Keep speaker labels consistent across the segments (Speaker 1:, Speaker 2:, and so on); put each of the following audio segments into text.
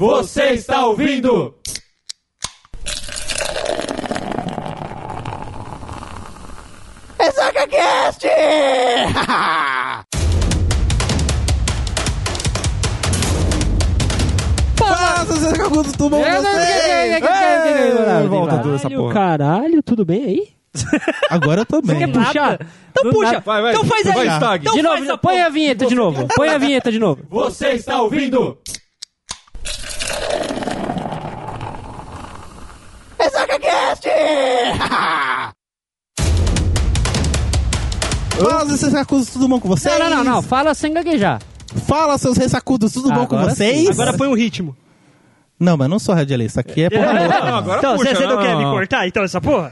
Speaker 1: Você está ouvindo?
Speaker 2: ExocaCast!
Speaker 3: Passa, Zé Cacudo, Tá tudo bom com vocês? Ei, Volta toda essa
Speaker 4: Caralho,
Speaker 3: porra.
Speaker 4: caralho, tudo bem aí?
Speaker 3: Agora eu também.
Speaker 4: Quer puxar? Então puxa!
Speaker 1: Vai, vai.
Speaker 4: Então faz aí!
Speaker 1: Vai, Stag.
Speaker 4: Então
Speaker 1: De
Speaker 4: de novo, põe a vinheta de novo. Põe a vinheta de novo.
Speaker 1: Você está ouvindo?
Speaker 2: ExocaCast!
Speaker 3: Fala, seus ressacudos, tudo bom com vocês?
Speaker 4: Não, não, não, não. Fala sem gaguejar.
Speaker 3: Fala, seus ressacudos, tudo bom com
Speaker 4: Agora
Speaker 3: vocês?
Speaker 4: sim.
Speaker 5: Agora põe um ritmo.
Speaker 3: Não, mas não sou radialista, aqui é porra louca. mano.
Speaker 1: agora
Speaker 5: então,
Speaker 1: puxa,
Speaker 5: você não,
Speaker 1: não,
Speaker 5: quer
Speaker 1: não,
Speaker 5: me
Speaker 1: não.
Speaker 5: cortar, então, essa porra?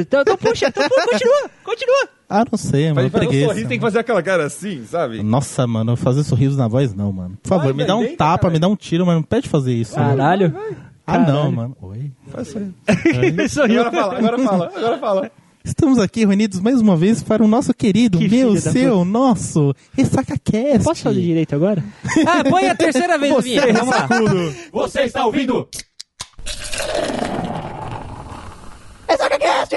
Speaker 4: Então, então puxa, então puxa, continua, continua.
Speaker 3: Ah, não sei, mano,
Speaker 1: Para
Speaker 3: preguiça.
Speaker 1: um sorriso tem que fazer aquela cara assim, sabe?
Speaker 3: Nossa, mano, fazer sorriso na voz não, mano. Por favor,
Speaker 1: Vai,
Speaker 3: me
Speaker 1: velho,
Speaker 3: dá um
Speaker 1: deita,
Speaker 3: tapa,
Speaker 1: caralho.
Speaker 3: me dá um tiro, mas não pede fazer isso. mano.
Speaker 4: Caralho.
Speaker 3: Ah, não, mano. Oi.
Speaker 5: Sorriu.
Speaker 1: Agora fala, agora fala, agora fala.
Speaker 3: Estamos aqui reunidos mais uma vez para o nosso querido,
Speaker 5: Que
Speaker 3: meu,
Speaker 5: filho da
Speaker 3: seu, nosso, RessacaCast.
Speaker 4: Posso fazer direito agora? é Ah, põe a terceira vez a vinheta. Vamos lá.
Speaker 1: Você está ouvindo?
Speaker 2: ExocaCast!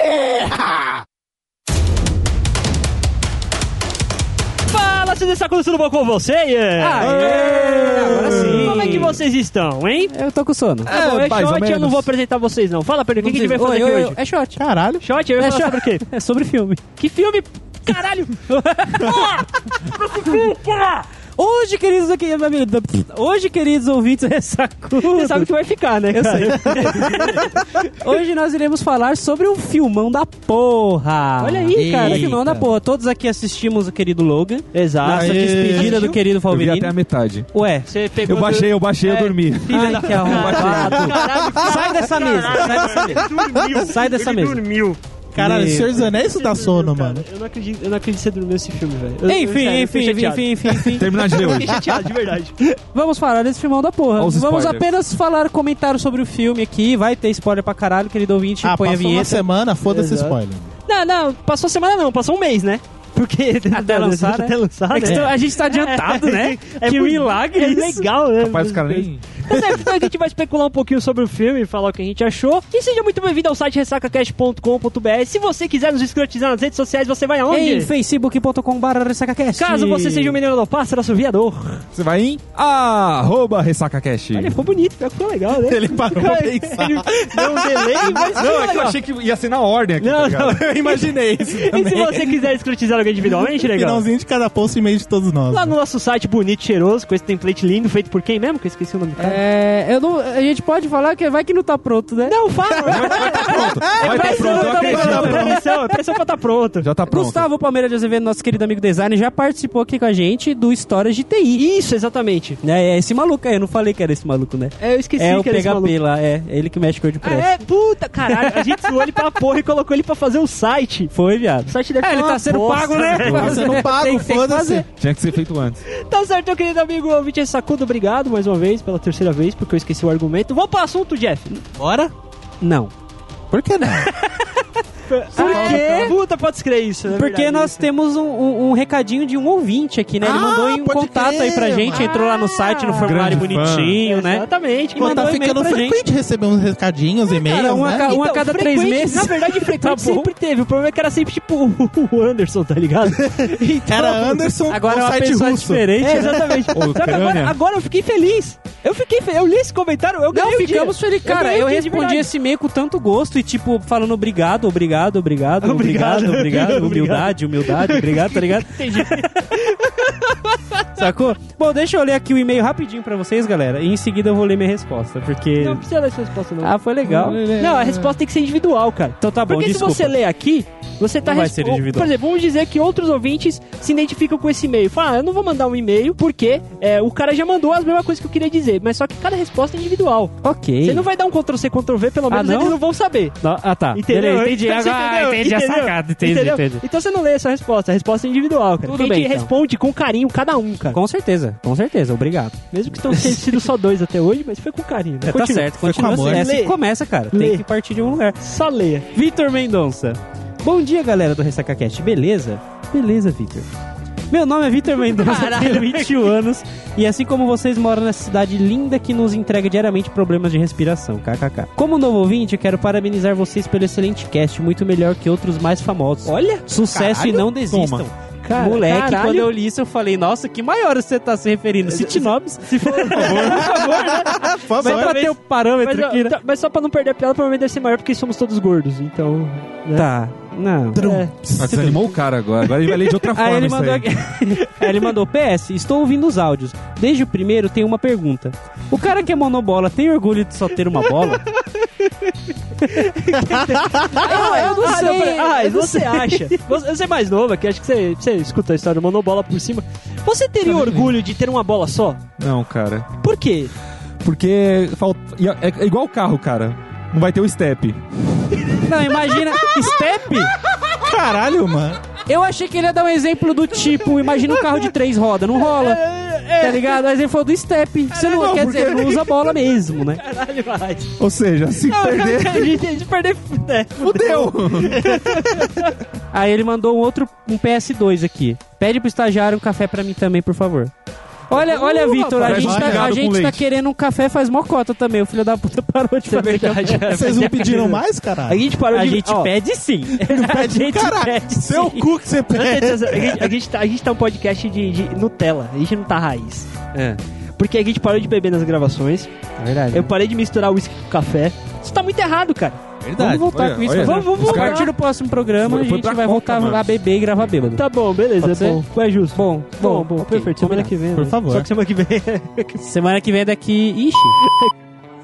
Speaker 5: Fala, se dessa coisa tudo bom com você?
Speaker 4: Aê, agora sim.
Speaker 5: Como é que vocês estão, hein?
Speaker 4: Eu tô com sono.
Speaker 5: Ah, bom, é
Speaker 3: mais ou
Speaker 5: shot, eu
Speaker 3: menos.
Speaker 5: não vou apresentar vocês, não. Fala, Pedro, o que, que a gente vai fazer
Speaker 4: Oi,
Speaker 5: aqui
Speaker 4: oi, oi,
Speaker 5: hoje?
Speaker 4: É short.
Speaker 3: Caralho.
Speaker 5: Shot? Eu ia
Speaker 4: É
Speaker 5: falar sobre o quê?
Speaker 4: É sobre filme.
Speaker 5: Que filme? Caralho!
Speaker 4: Hoje, queridos aqui, hoje, queridos ouvintes, você sabe o que vai ficar, né, cara? hoje nós iremos falar sobre um filmão da porra. Olha aí, cara,
Speaker 3: Eita.
Speaker 4: filmão da porra. Todos aqui assistimos o querido Logan.
Speaker 5: Exato.
Speaker 4: Nossa
Speaker 3: Aê.
Speaker 4: despedida do querido
Speaker 6: Eu vi
Speaker 4: Falverini.
Speaker 6: até a metade.
Speaker 4: Ué,
Speaker 5: Você pegou.
Speaker 6: Eu baixei, eu baixei, eu
Speaker 5: É.
Speaker 6: dormi.
Speaker 4: ai, que arrombado. Sai dessa mesa, sai dessa mesa.
Speaker 5: Dormiu.
Speaker 4: Sai dessa
Speaker 5: Ele
Speaker 4: mesa.
Speaker 5: dormiu.
Speaker 3: Caralho,
Speaker 4: Meu
Speaker 3: Senhor dos Anéis isso dá
Speaker 4: Tipo,
Speaker 5: Ele
Speaker 3: sono,
Speaker 5: dormiu,
Speaker 4: tá. Ah,
Speaker 5: cara.
Speaker 3: mano. Tipo,
Speaker 5: Eu não acredito, eu não acredito que você dormiu esse filme, velho. Eu- eu-
Speaker 4: Enfim,
Speaker 5: sério, eu
Speaker 4: enfim,
Speaker 5: fiquei
Speaker 4: enfim,
Speaker 5: chateado.
Speaker 4: enfim, enfim, enfim.
Speaker 6: Terminar de ler
Speaker 5: Fiquei
Speaker 6: hoje.
Speaker 5: chateado, de verdade.
Speaker 4: Vamos falar desse filmão da porra.
Speaker 6: Olha os
Speaker 4: Vamos
Speaker 6: spoilers.
Speaker 4: apenas falar, comentar sobre o filme aqui. Vai ter spoiler pra caralho, querido ouvinte.
Speaker 3: Ah,
Speaker 4: põe a
Speaker 3: passou uma
Speaker 4: vinheta.
Speaker 3: semana, foda-se
Speaker 5: Exato.
Speaker 3: spoiler.
Speaker 5: Não, não, passou semana não, passou um mês, né? Porque
Speaker 4: Até lançar, né?
Speaker 5: até lançar,
Speaker 4: É que
Speaker 5: né?
Speaker 4: tô- a gente tá adiantado, né?
Speaker 5: É
Speaker 4: que
Speaker 5: muito-
Speaker 4: milagre
Speaker 5: é
Speaker 4: isso.
Speaker 5: legal, né?
Speaker 6: Rapaz, os caras nem...
Speaker 5: Mas é, então a gente vai especular um pouquinho sobre o filme, falar o que a gente achou. E seja muito bem-vindo ao site ressacacast.com.br. Se você quiser nos escrotizar nas redes sociais, você vai aonde?
Speaker 4: Em facebook.com.br ressacacast.
Speaker 5: Caso você seja um menino do pássaro, assoviador.
Speaker 6: Você vai em... Arroba RessacaCast.
Speaker 5: Ele ficou bonito, ficou legal, né?
Speaker 3: Ele parou pra
Speaker 5: Ele-
Speaker 3: pensar.
Speaker 5: ele Deu um delay, mas ficou
Speaker 6: Não, é que eu
Speaker 5: legal.
Speaker 6: achei que ia ser na ordem aqui, tá
Speaker 5: Não,
Speaker 6: ligado?
Speaker 5: não.
Speaker 3: Eu imaginei isso
Speaker 5: E se você quiser escrotizar alguém individualmente, legal?
Speaker 3: Finalzinho de cada post e meio de todos nós.
Speaker 5: Lá no nosso site bonito, cheiroso, com esse template lindo, feito por quem mesmo? Que eu esqueci o nome. do cara.
Speaker 4: É, eu não, a gente pode falar que vai que não tá pronto, né?
Speaker 5: Não, fala!
Speaker 6: Pronto, vai
Speaker 5: Vai
Speaker 6: tá pronto, eu
Speaker 5: tá
Speaker 6: acredito.
Speaker 5: pronto. É pressão, é pressão pra tá pronto.
Speaker 6: Já tá pronto.
Speaker 4: Gustavo Palmeira de Azevedo, nosso querido amigo designer, já participou aqui com a gente do Histórias de TI.
Speaker 5: Isso, exatamente.
Speaker 4: É, é esse maluco aí, eu não falei que era esse maluco, né?
Speaker 5: É, eu esqueci
Speaker 4: é o
Speaker 5: que era esse maluco.
Speaker 4: PHP lá, é, ele que mexe com o
Speaker 5: Ah,
Speaker 4: WordPress.
Speaker 5: é, puta, caralho. A gente zoou ele pra porra e colocou ele pra fazer um site.
Speaker 4: Foi, viado.
Speaker 5: O site deve
Speaker 4: É,
Speaker 5: ser
Speaker 4: ele
Speaker 5: uma
Speaker 4: tá sendo
Speaker 5: bosta,
Speaker 4: pago, né?
Speaker 3: Tá sendo
Speaker 4: Tem-
Speaker 3: pago,
Speaker 4: tem que
Speaker 3: foda-se.
Speaker 4: fazer.
Speaker 6: Tinha que ser feito antes.
Speaker 5: Tá certo, meu querido amigo ouvinte é Sacudo, obrigado mais uma vez, pela terceira vez, porque eu esqueci o argumento. Vamos pro assunto, Jeff.
Speaker 3: Bora?
Speaker 4: Não.
Speaker 3: Por que não?
Speaker 5: Por quê? Ah, Puta, pode escrever isso, né?
Speaker 4: Porque
Speaker 5: Verdade,
Speaker 4: nós
Speaker 5: isso.
Speaker 4: temos um, um- um recadinho de um ouvinte aqui, né? Ele
Speaker 3: Ah,
Speaker 4: mandou em um
Speaker 3: pode
Speaker 4: contato aí pra
Speaker 3: crer,
Speaker 4: gente,
Speaker 3: mano.
Speaker 4: entrou lá no site, no formulário
Speaker 6: Grande fã.
Speaker 4: bonitinho, né?
Speaker 5: Exatamente.
Speaker 4: E
Speaker 3: Pô, tá
Speaker 4: mandou um e-mail
Speaker 3: ficando
Speaker 4: pra gente. É,
Speaker 3: frequente receber uns recadinhos, e-mails,
Speaker 4: cara, uma
Speaker 3: né?
Speaker 4: ca- um a cada três
Speaker 5: Então, frequente,
Speaker 4: meses.
Speaker 5: Na verdade, frequente
Speaker 4: Tá bom.
Speaker 5: sempre teve. O problema é que era sempre tipo o Anderson, tá ligado? Então,
Speaker 3: Era Anderson
Speaker 4: Agora é
Speaker 3: no
Speaker 4: uma
Speaker 3: site
Speaker 4: pessoa
Speaker 3: russo.
Speaker 4: diferente.
Speaker 5: É,
Speaker 4: né?
Speaker 5: exatamente. Só que agora,
Speaker 6: Ucrânia.
Speaker 5: agora eu fiquei feliz. Eu fiquei feliz. Eu li esse comentário, eu
Speaker 4: Não,
Speaker 5: ganhei o
Speaker 4: ficamos
Speaker 5: dia.
Speaker 4: felizes. Cara,
Speaker 5: ganhei
Speaker 4: eu
Speaker 5: o dia de
Speaker 4: respondi
Speaker 5: verdade.
Speaker 4: esse e-mail com tanto gosto e, tipo, falando obrigado, obrigado, obrigado, obrigado,
Speaker 5: Obrigado.
Speaker 4: obrigado, humildade, humildade, obrigado, tá ligado?
Speaker 5: Entendi.
Speaker 4: Sacou? Bom, deixa eu ler aqui o e-mail rapidinho pra vocês, galera, e em seguida eu vou ler minha resposta, porque...
Speaker 5: Não precisa dar essa resposta, não.
Speaker 4: Ah, foi legal.
Speaker 5: Não, a resposta tem que ser individual, cara.
Speaker 4: Então tá bom,
Speaker 5: Porque
Speaker 4: desculpa.
Speaker 5: se você ler aqui, você tá
Speaker 4: Não vai
Speaker 5: respo-
Speaker 4: ser individual.
Speaker 5: Por exemplo, vamos dizer que outros ouvintes se identificam com esse e-mail. Fala, ah, eu não vou mandar um e-mail porque é, o cara já mandou as mesmas coisas que eu queria dizer. Mas só que cada resposta é individual.
Speaker 4: Ok.
Speaker 5: Você não vai dar um Ctrl-C, Ctrl-V, pelo menos é
Speaker 4: Ah, não?
Speaker 5: eles não vão saber.
Speaker 4: Não, Ah, tá.
Speaker 5: Entendeu?
Speaker 4: Entendi,
Speaker 5: Então, você
Speaker 4: agora ah,
Speaker 5: entendeu?
Speaker 4: entendi a
Speaker 5: Entendeu?
Speaker 4: sacada, entendi,
Speaker 5: Entendeu?
Speaker 4: entendi.
Speaker 5: Então você não lê a sua resposta, a resposta é individual, cara.
Speaker 4: Tudo
Speaker 5: Porque a
Speaker 4: bem,
Speaker 5: gente
Speaker 4: então.
Speaker 5: responde com carinho cada um, cara.
Speaker 4: Com certeza, com certeza, obrigado.
Speaker 5: Mesmo que tenham sido só dois até hoje, mas foi com carinho. Né?
Speaker 4: Tá
Speaker 5: Continua.
Speaker 4: certo, continua
Speaker 3: com amor.
Speaker 4: assim. É assim que
Speaker 5: Lê.
Speaker 4: começa, cara. Tem
Speaker 5: Lê.
Speaker 4: que partir de um lugar.
Speaker 5: Só leia.
Speaker 4: Vitor Mendonça. Bom dia, galera do RessacaCast, beleza? Beleza, Vitor. Meu nome é Vitor Mendonça, tenho 21 anos. E assim como vocês moram nessa cidade linda que nos entrega diariamente problemas de respiração, kkk. Como novo ouvinte, eu quero parabenizar vocês pelo excelente cast, muito melhor que outros mais famosos.
Speaker 5: Olha!
Speaker 4: Sucesso e não desistam.
Speaker 5: Cara,
Speaker 4: Moleque,
Speaker 5: caralho.
Speaker 4: quando eu li isso, eu falei, nossa, que maior você tá se referindo? City Nobs? Se for, por favor, por favor, né?
Speaker 3: Por
Speaker 4: Vai
Speaker 3: favor.
Speaker 4: pra ter o
Speaker 5: Mas,
Speaker 4: parâmetro
Speaker 5: ó,
Speaker 4: aqui, né?
Speaker 5: tá- mas só pra não perder a piada, provavelmente deve ser maior porque somos todos gordos, então. né?
Speaker 4: Tá, não. É.
Speaker 5: É.
Speaker 6: Ah, desanimou o cara agora. Agora ele vai ler de outra forma.
Speaker 4: Aí Ah, ele
Speaker 6: isso
Speaker 4: mandou
Speaker 6: aí.
Speaker 4: aqui. Aí ele mandou PS, estou ouvindo os áudios. Desde o primeiro tem uma pergunta. O cara que é monobola tem orgulho de só ter uma bola?
Speaker 5: Ah, eu não
Speaker 4: Ah,
Speaker 5: sei.
Speaker 4: não, pera- ah,
Speaker 5: Ah,
Speaker 4: eu não
Speaker 5: você acha. Você, você é mais novo aqui, acho que você, você escuta a história do monobola por cima. Você teria orgulho de ter uma bola só?
Speaker 6: Não, cara.
Speaker 5: Por quê?
Speaker 6: Porque falta... e é- é igual o carro, cara. Não vai ter o step.
Speaker 4: Não, imagina. Step?
Speaker 3: Caralho, mano.
Speaker 4: Eu achei que ele ia dar um exemplo do tipo, imagina um carro de três rodas, não rola.
Speaker 5: É,
Speaker 4: Tá ligado? Mas ele falou do step. Você não,
Speaker 6: não,
Speaker 4: quer
Speaker 6: porque-
Speaker 4: dizer, não usa bola mesmo, né?
Speaker 5: Caralho, mais.
Speaker 6: Ou seja, se perder,
Speaker 5: A gente de perder. né?
Speaker 6: fudeu.
Speaker 4: Aí ele mandou um outro, um PS2 aqui. Pede pro estagiário um café pra mim também, por favor. Olha,
Speaker 5: Uh,
Speaker 4: olha, Vitor, a
Speaker 6: rapaz,
Speaker 4: gente, tá,
Speaker 6: mastigado
Speaker 4: a
Speaker 6: com
Speaker 4: gente tá
Speaker 6: leite.
Speaker 4: querendo um café faz mocota também. O filho da puta parou de
Speaker 5: Isso é
Speaker 4: fazer.
Speaker 5: verdade. cara.
Speaker 3: Vocês não pediram mais, caralho?
Speaker 5: A gente parou
Speaker 4: A
Speaker 5: de.
Speaker 4: gente
Speaker 5: ó,
Speaker 4: pede sim. a gente
Speaker 3: Caralho,
Speaker 4: pede
Speaker 3: seu
Speaker 4: sim.
Speaker 3: cu que você
Speaker 5: presta
Speaker 3: pede.
Speaker 5: atenção, A gente, a, gente tá, a gente tá um podcast de, de Nutella, a gente não tá raiz.
Speaker 6: É,
Speaker 5: Porque a gente parou de beber nas gravações,
Speaker 4: É verdade.
Speaker 5: eu parei de misturar uísque com café. Isso tá muito errado, cara.
Speaker 4: Vamos voltar
Speaker 6: Olha,
Speaker 4: com isso.
Speaker 6: olha.
Speaker 4: vamos, vamos
Speaker 6: Os
Speaker 4: voltar. A
Speaker 6: caras-
Speaker 4: partir do próximo programa,
Speaker 6: Foi-
Speaker 4: a
Speaker 6: foi
Speaker 4: gente
Speaker 6: pra
Speaker 4: vai
Speaker 6: Copa,
Speaker 4: voltar
Speaker 6: mano.
Speaker 4: a beber e gravar bêbado.
Speaker 5: Tá bom, beleza,
Speaker 4: Pode
Speaker 5: é
Speaker 4: ser?
Speaker 5: bom. É justo.
Speaker 4: Bom,
Speaker 5: Bom, bom,
Speaker 4: ok,
Speaker 5: perfeito. Semana
Speaker 4: combinado.
Speaker 5: que vem.
Speaker 3: Por
Speaker 5: né?
Speaker 3: favor.
Speaker 5: Só que semana que vem
Speaker 4: Semana que vem é daqui. Ixi.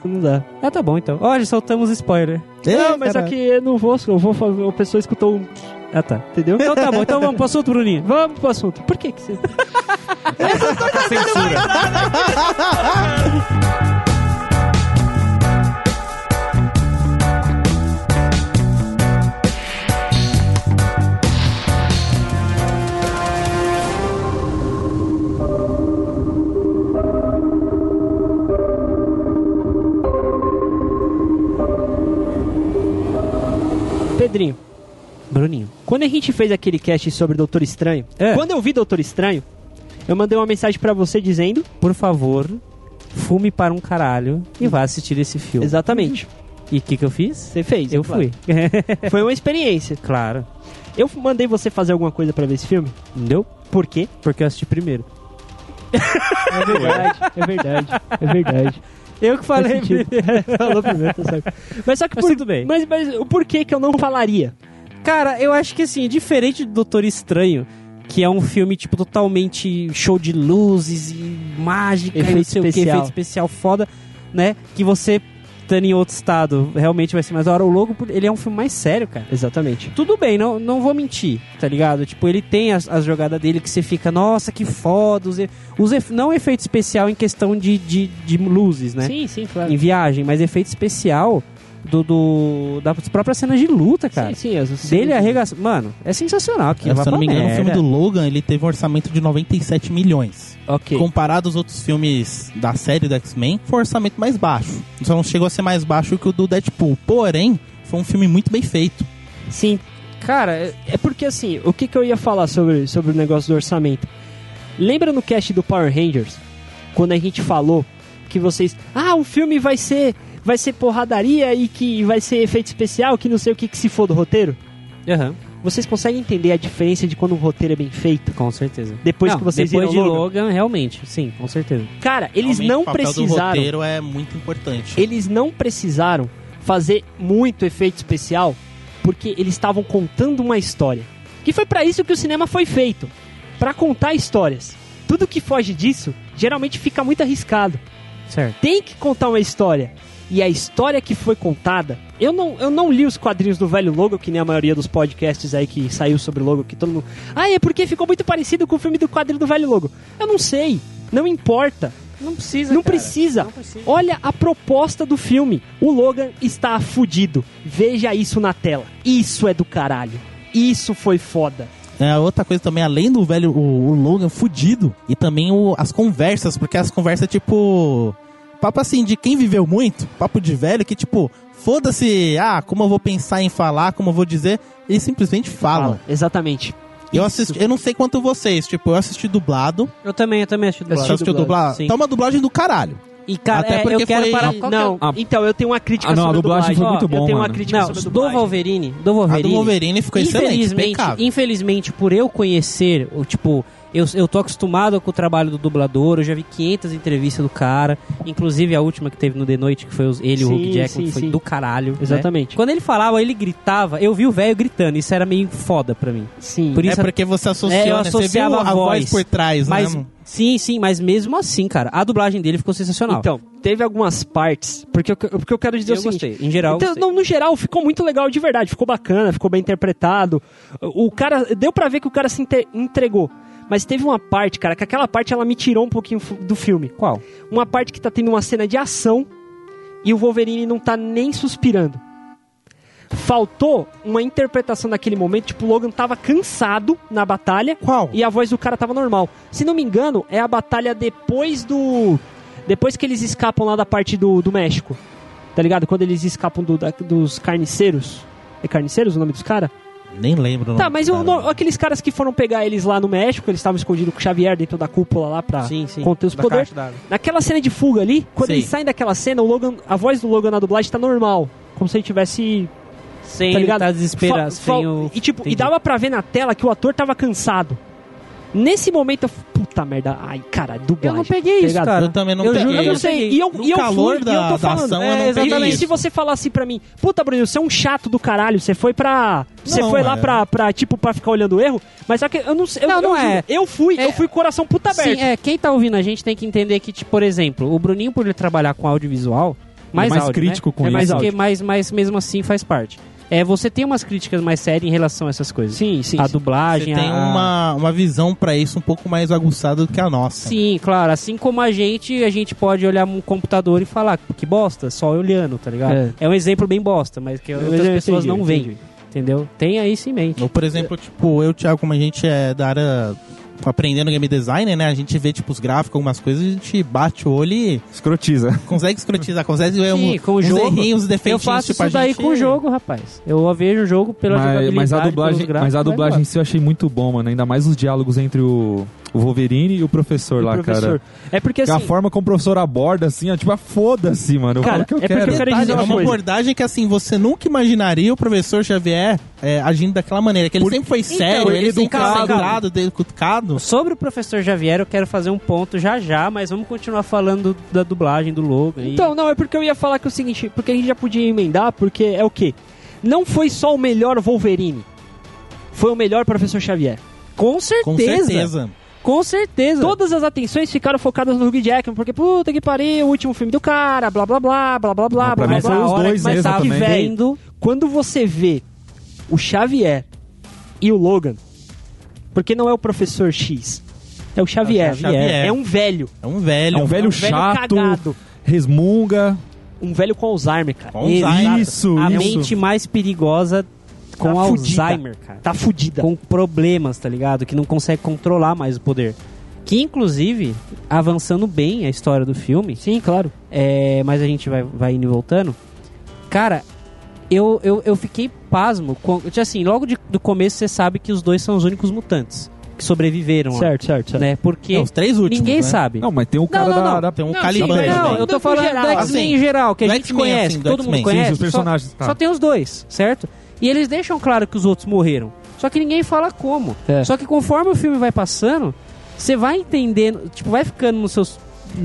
Speaker 5: não dá.
Speaker 4: Ah, tá bom então. Olha, soltamos
Speaker 5: né?
Speaker 4: spoiler.
Speaker 3: É,
Speaker 5: não, mas só que eu não vou, eu vou fazer. A pessoa escutou um.
Speaker 4: Ah, tá.
Speaker 5: Entendeu?
Speaker 4: Então tá bom, então vamos pro assunto, Bruninho.
Speaker 5: Vamos pro assunto. Por que que você. Pedrinho.
Speaker 4: Bruninho.
Speaker 5: Quando a gente fez aquele cast sobre Doutor Estranho,
Speaker 4: É.
Speaker 5: quando eu vi Doutor Estranho, eu mandei uma mensagem pra você dizendo.
Speaker 4: por favor, fume para um caralho e vá assistir esse filme.
Speaker 5: Hum. Exatamente.
Speaker 4: E o que, que eu fiz?
Speaker 5: Você fez.
Speaker 4: Eu
Speaker 5: claro.
Speaker 4: fui.
Speaker 5: Foi uma experiência.
Speaker 4: claro.
Speaker 5: Eu mandei você fazer alguma coisa pra ver esse filme.
Speaker 4: Entendeu?
Speaker 5: Por quê?
Speaker 4: Porque eu assisti primeiro.
Speaker 5: É verdade, é verdade, é verdade.
Speaker 4: Eu que
Speaker 5: Faz
Speaker 4: falei.
Speaker 5: sentido. Falou primeiro, tá certo. Mas só que
Speaker 4: Mas
Speaker 5: por-
Speaker 4: tudo bem.
Speaker 5: Mas, mas o porquê que eu não falaria?
Speaker 4: Cara, eu acho que assim, diferente do Doutor Estranho, que é um filme, tipo, totalmente show de luzes e mágica e não
Speaker 5: Efeito
Speaker 4: sei o que,
Speaker 5: especial.
Speaker 4: efeito especial foda, né? Que você estando em outro estado realmente vai ser mais da hora. O Logo, ele é um filme mais sério, cara.
Speaker 5: Exatamente.
Speaker 4: Tudo bem, não, não vou mentir, tá ligado? Tipo, ele tem as, as jogadas dele que você fica, nossa, que foda. Os, e- os ef- não efeito especial em questão de, de, de luzes, né?
Speaker 5: Sim, sim, claro.
Speaker 4: Em viagem, mas efeito especial do, do- das próprias cenas de luta, cara.
Speaker 5: Sim, sim, as- sim.
Speaker 4: Dele arregaçando. Mano, é sensacional aquilo.
Speaker 3: Se
Speaker 4: vai
Speaker 3: eu não
Speaker 4: pra
Speaker 3: me engano, o
Speaker 4: merda.
Speaker 3: filme do Logan ele teve um orçamento de 97 milhões.
Speaker 5: Ok.
Speaker 3: Comparado aos outros filmes da série do X-Men, foi um orçamento mais baixo. Só não chegou a ser mais baixo que o do Deadpool. Porém, foi um filme muito bem feito.
Speaker 5: Sim. Cara, é- é porque assim, o que, que eu ia falar sobre, sobre o negócio do orçamento? Lembra no cast do Power Rangers? Quando a gente falou que vocês. Ah, o filme vai ser. Vai ser porradaria e que vai ser efeito especial, que não sei o que, que se for do roteiro?
Speaker 4: Aham,
Speaker 5: Vocês conseguem entender a diferença de quando o roteiro é bem feito?
Speaker 4: com certeza.
Speaker 5: Depois
Speaker 4: Não,
Speaker 5: que vocês
Speaker 4: depois
Speaker 5: viram
Speaker 4: de
Speaker 5: o logo?
Speaker 4: Logan, realmente, sim, com certeza.
Speaker 5: Cara, eles
Speaker 3: Realmente,
Speaker 5: não
Speaker 3: o papel do
Speaker 5: precisaram.
Speaker 3: roteiro é muito importante.
Speaker 5: Eles não precisaram fazer muito efeito especial porque eles estavam contando uma história. Que foi pra isso que o cinema foi feito, Pra contar histórias. Tudo que foge disso geralmente fica muito arriscado.
Speaker 4: Certo.
Speaker 5: Tem que contar uma história. E a história que foi contada, eu não, eu não li os quadrinhos do velho logo, que nem a maioria dos podcasts aí que saiu sobre logo, que todo mundo. Ah, é porque ficou muito parecido com o filme do quadrinho do velho logo. Eu não sei, não importa.
Speaker 4: Não precisa.
Speaker 5: Não precisa. Olha a proposta do filme. O Logan está fudido. Veja isso na tela. Isso é do caralho. Isso foi foda.
Speaker 3: É, outra coisa também, além do velho, o, o Logan fudido, e também o- as conversas, porque as conversas, tipo. Papo assim, de quem viveu muito, papo de velho, que tipo, foda-se, ah, como eu vou pensar em falar, como eu vou dizer, eles simplesmente falam.
Speaker 5: Exatamente.
Speaker 3: Eu assisti, eu não sei quanto vocês, tipo, eu assisti dublado.
Speaker 4: Eu também, eu também assisti dublado.
Speaker 3: Você assistiu dublado?
Speaker 4: Sim.
Speaker 3: Tá uma dublagem do caralho.
Speaker 4: E, cara,
Speaker 3: Até
Speaker 4: é,
Speaker 3: porque
Speaker 4: eu quero
Speaker 3: foi-
Speaker 4: parar...
Speaker 3: Qual
Speaker 5: Não,
Speaker 6: Ah.
Speaker 5: então, eu tenho uma crítica
Speaker 6: Ah, não, a
Speaker 5: sobre
Speaker 6: dublagem foi muito
Speaker 5: Eu
Speaker 6: boa,
Speaker 5: tenho uma
Speaker 6: mano.
Speaker 5: crítica
Speaker 4: Não,
Speaker 5: sobre
Speaker 4: do Wolverine, do Wolverine.
Speaker 3: A do Wolverine ficou excelente,
Speaker 4: infelizmente,
Speaker 3: impecável.
Speaker 4: infelizmente, por eu conhecer, o tipo, eu, eu tô acostumado com o trabalho do dublador, eu já vi 500 entrevistas do cara, inclusive a última que teve no The Noite, que foi os- ele e o
Speaker 5: Sim,
Speaker 4: Hugh Jackman,
Speaker 5: sim,
Speaker 4: foi
Speaker 5: sim.
Speaker 4: do caralho. né?
Speaker 5: Exatamente.
Speaker 4: Quando ele falava, ele gritava, eu vi o velho gritando, isso era meio foda pra mim.
Speaker 5: Sim.
Speaker 4: Por
Speaker 3: É
Speaker 4: isso
Speaker 3: porque você associou,
Speaker 4: É, eu
Speaker 3: né? Você viu
Speaker 4: associava
Speaker 3: a
Speaker 4: a voz,
Speaker 3: voz por trás,
Speaker 4: mas
Speaker 3: né?
Speaker 4: sim, sim, mas mesmo assim, cara, a dublagem dele ficou sensacional.
Speaker 5: Então, teve algumas partes, porque eu, porque eu quero dizer
Speaker 4: eu
Speaker 5: o seguinte.
Speaker 4: gostei. Em geral, eu
Speaker 5: Então,
Speaker 4: gostei.
Speaker 5: não, no geral, ficou muito legal de verdade. Ficou bacana, ficou bem interpretado. O o cara, deu pra ver que o cara se inte- entregou. Mas teve uma parte, cara, que aquela parte ela me tirou um pouquinho fu- do filme.
Speaker 4: Qual?
Speaker 5: Uma parte que tá tendo uma cena de ação e o Wolverine não tá nem suspirando. Faltou uma interpretação naquele momento, tipo, o Logan tava cansado na batalha
Speaker 3: Qual?
Speaker 5: e a voz do cara tava normal. Se não me engano, é a batalha depois do. Depois que eles escapam lá da parte do, do México. Tá ligado? Quando eles escapam do- da- dos carniceiros. É carniceiros o nome dos caras?
Speaker 3: Nem lembro. o
Speaker 5: Tá,
Speaker 3: nome
Speaker 5: mas
Speaker 3: do
Speaker 5: o-
Speaker 3: cara.
Speaker 5: no- aqueles caras que foram pegar eles lá no México, eles estavam escondidos com o Xavier dentro da cúpula lá pra
Speaker 4: Sim, sim.
Speaker 5: conter os
Speaker 4: Da
Speaker 5: poderes.
Speaker 4: caixa d'água.
Speaker 5: Naquela cena de fuga ali, quando
Speaker 3: Sim.
Speaker 5: eles saem daquela cena, o Logan, a voz do Logan na dublagem tá normal. Como se ele tivesse
Speaker 4: Sem
Speaker 5: tá
Speaker 4: ele
Speaker 5: ligado?
Speaker 4: tá desesperado,
Speaker 5: Fa- fa-
Speaker 4: sem o...
Speaker 5: E tipo,
Speaker 4: Entendi.
Speaker 5: e dava pra ver na tela que o ator tava cansado. Nesse momento eu f- puta merda, ai cara, dublagem.
Speaker 4: Eu não peguei
Speaker 5: tá
Speaker 4: isso,
Speaker 5: ligado?
Speaker 4: cara.
Speaker 3: Eu também não
Speaker 4: Eu
Speaker 3: peguei.
Speaker 4: juro
Speaker 5: Eu não
Speaker 4: Eu
Speaker 5: sei.
Speaker 4: sei.
Speaker 5: E eu,
Speaker 3: No
Speaker 5: e eu
Speaker 3: calor
Speaker 5: fui,
Speaker 3: da-
Speaker 5: e eu tô
Speaker 3: da
Speaker 5: falando.
Speaker 3: ação, eu
Speaker 5: é,
Speaker 3: não peguei
Speaker 5: exatamente.
Speaker 3: isso.
Speaker 5: Se você falasse pra mim, puta, Bruno, você é um chato do caralho, você foi pra. Você
Speaker 3: Não,
Speaker 5: foi
Speaker 3: é.
Speaker 5: lá pra, pra, tipo, pra ficar olhando erro, mas só que eu não sei. eu-
Speaker 4: Não,
Speaker 5: eu
Speaker 4: não
Speaker 5: juro,
Speaker 4: é.
Speaker 5: Eu fui,
Speaker 4: É.
Speaker 5: eu fui coração puta aberto.
Speaker 4: Sim, é, quem tá ouvindo a gente tem que entender que, tipo, por exemplo, o Bruninho, por ele trabalhar com audiovisual, mais,
Speaker 6: É mais
Speaker 4: áudio,
Speaker 6: crítico
Speaker 4: né?
Speaker 6: com
Speaker 4: é mais
Speaker 5: isso.
Speaker 4: porque mais, mais mesmo assim faz parte. É, você tem umas críticas mais sérias em relação a essas coisas.
Speaker 5: Sim, sim.
Speaker 4: a
Speaker 5: sim.
Speaker 3: Você
Speaker 4: dublagem,
Speaker 3: tem
Speaker 4: a...
Speaker 3: uma, uma visão pra isso um pouco mais aguçada do que a nossa.
Speaker 4: Sim, claro. Assim como a gente, a gente pode olhar um computador e falar que bosta, só olhando, tá ligado?
Speaker 5: É.
Speaker 4: É, um exemplo bem bosta, mas que outras
Speaker 5: eu
Speaker 4: pessoas
Speaker 5: entendi,
Speaker 4: não
Speaker 5: eu
Speaker 4: veem, entendeu? Tenha isso em mente.
Speaker 3: Ou, por exemplo, tipo, eu e o Thiago, como a gente é da área aprendendo game design, né? A gente vê, tipo, os gráficos, algumas coisas, a gente bate o olho e
Speaker 6: Escrotiza.
Speaker 3: consegue escrotizar, consegue ver
Speaker 4: Sim,
Speaker 3: um,
Speaker 4: com o
Speaker 3: uns
Speaker 4: jogo.
Speaker 3: errinhos, uns defeitinhos.
Speaker 4: Eu faço
Speaker 3: tipo, a
Speaker 4: isso daí
Speaker 3: gente-
Speaker 4: com o jogo, rapaz. Eu vejo o jogo pela
Speaker 6: Mas,
Speaker 4: jogabilidade,
Speaker 6: mas a
Speaker 4: pelos
Speaker 6: dublagem,
Speaker 4: gráficos,
Speaker 6: mas a
Speaker 4: vai
Speaker 6: dublagem em si eu achei muito bom, mano. Ainda mais os diálogos entre o, o Wolverine e o professor
Speaker 5: E o
Speaker 6: lá,
Speaker 5: professor.
Speaker 6: cara.
Speaker 5: É porque
Speaker 6: a
Speaker 5: assim.
Speaker 6: forma como o professor aborda, assim, ó, tipo, ah, foda-se, mano. Eu
Speaker 5: Cara,
Speaker 6: falo o que eu
Speaker 5: é porque
Speaker 6: quero.
Speaker 5: eu quero
Speaker 3: Detalhe,
Speaker 5: dizer
Speaker 3: é
Speaker 5: uma
Speaker 3: uma
Speaker 5: coisa.
Speaker 3: abordagem que assim, você nunca imaginaria o professor Xavier é, agindo daquela maneira. Que ele
Speaker 6: Por-
Speaker 3: sempre foi sério,
Speaker 4: ele
Speaker 3: ele, sempre foi
Speaker 4: Então, educado.
Speaker 3: centrado, educado.
Speaker 4: Sobre o professor Javier, eu quero fazer um ponto já já, mas vamos continuar falando da dublagem do Logan. aí.
Speaker 5: Então, não, é porque eu ia falar que é o seguinte, porque a gente já podia emendar, porque é o quê? Não foi só o melhor Wolverine. Foi o melhor Professor Xavier.
Speaker 4: com certeza.
Speaker 3: Com certeza.
Speaker 4: Com certeza.
Speaker 5: Todas as atenções ficaram focadas no Hugh Jackman, porque puta que pariu, o último filme do cara, blá blá blá, blá blá blá, blá
Speaker 6: Não, pra
Speaker 5: blá
Speaker 6: mim
Speaker 5: blá.
Speaker 6: foi os
Speaker 5: A hora
Speaker 6: dois
Speaker 5: que mais
Speaker 6: mesmo
Speaker 5: tava
Speaker 6: também.
Speaker 5: vendo.
Speaker 4: vendo.
Speaker 5: Quando você vê o Xavier e o Logan, porque não é o Professor X, é o Xavier.
Speaker 3: Xavier.
Speaker 5: É um velho.
Speaker 3: É um velho.
Speaker 6: É um velho
Speaker 5: é um velho
Speaker 6: chato,
Speaker 5: cagado.
Speaker 6: resmunga.
Speaker 5: Um velho com Alzheimer, cara.
Speaker 3: Com Alzheimer.
Speaker 6: Isso,
Speaker 4: a
Speaker 6: isso.
Speaker 4: mente mais perigosa com
Speaker 5: Tá fudida.
Speaker 4: Alzheimer, cara.
Speaker 5: Tá fudida.
Speaker 4: Com problemas, tá ligado? Que não consegue controlar mais o poder. Que, inclusive, avançando bem a história do filme. Sim, claro. É, mas a gente vai, vai indo e voltando. Cara, eu, eu, eu fiquei pasmo. Com, assim, logo de- do começo você sabe que os dois são os únicos mutantes que sobreviveram. lá,
Speaker 5: Certo, certo, certo.
Speaker 4: Né? Porque
Speaker 3: É, os três últimos.
Speaker 4: ninguém
Speaker 3: né?
Speaker 4: sabe.
Speaker 6: Não, mas tem o cara
Speaker 4: não,
Speaker 6: da-
Speaker 4: não.
Speaker 6: da.
Speaker 3: Tem um
Speaker 5: Não,
Speaker 3: Caliban.
Speaker 5: sim, mas
Speaker 3: também.
Speaker 4: Não, eu tô falando
Speaker 5: geral,
Speaker 4: do X-Men
Speaker 3: assim.
Speaker 4: em geral, que a
Speaker 3: Do
Speaker 4: gente
Speaker 3: X-Men,
Speaker 4: conhece,
Speaker 3: assim,
Speaker 4: que
Speaker 3: do
Speaker 4: todo mundo
Speaker 3: X-Men.
Speaker 4: conhece.
Speaker 6: Sim, os
Speaker 4: só-
Speaker 6: personagens, tá.
Speaker 4: Só tem os dois, certo? E eles deixam claro que os outros morreram. Só que ninguém fala como.
Speaker 5: É.
Speaker 4: Só que conforme o filme vai passando, você vai entendendo, tipo, vai ficando no seu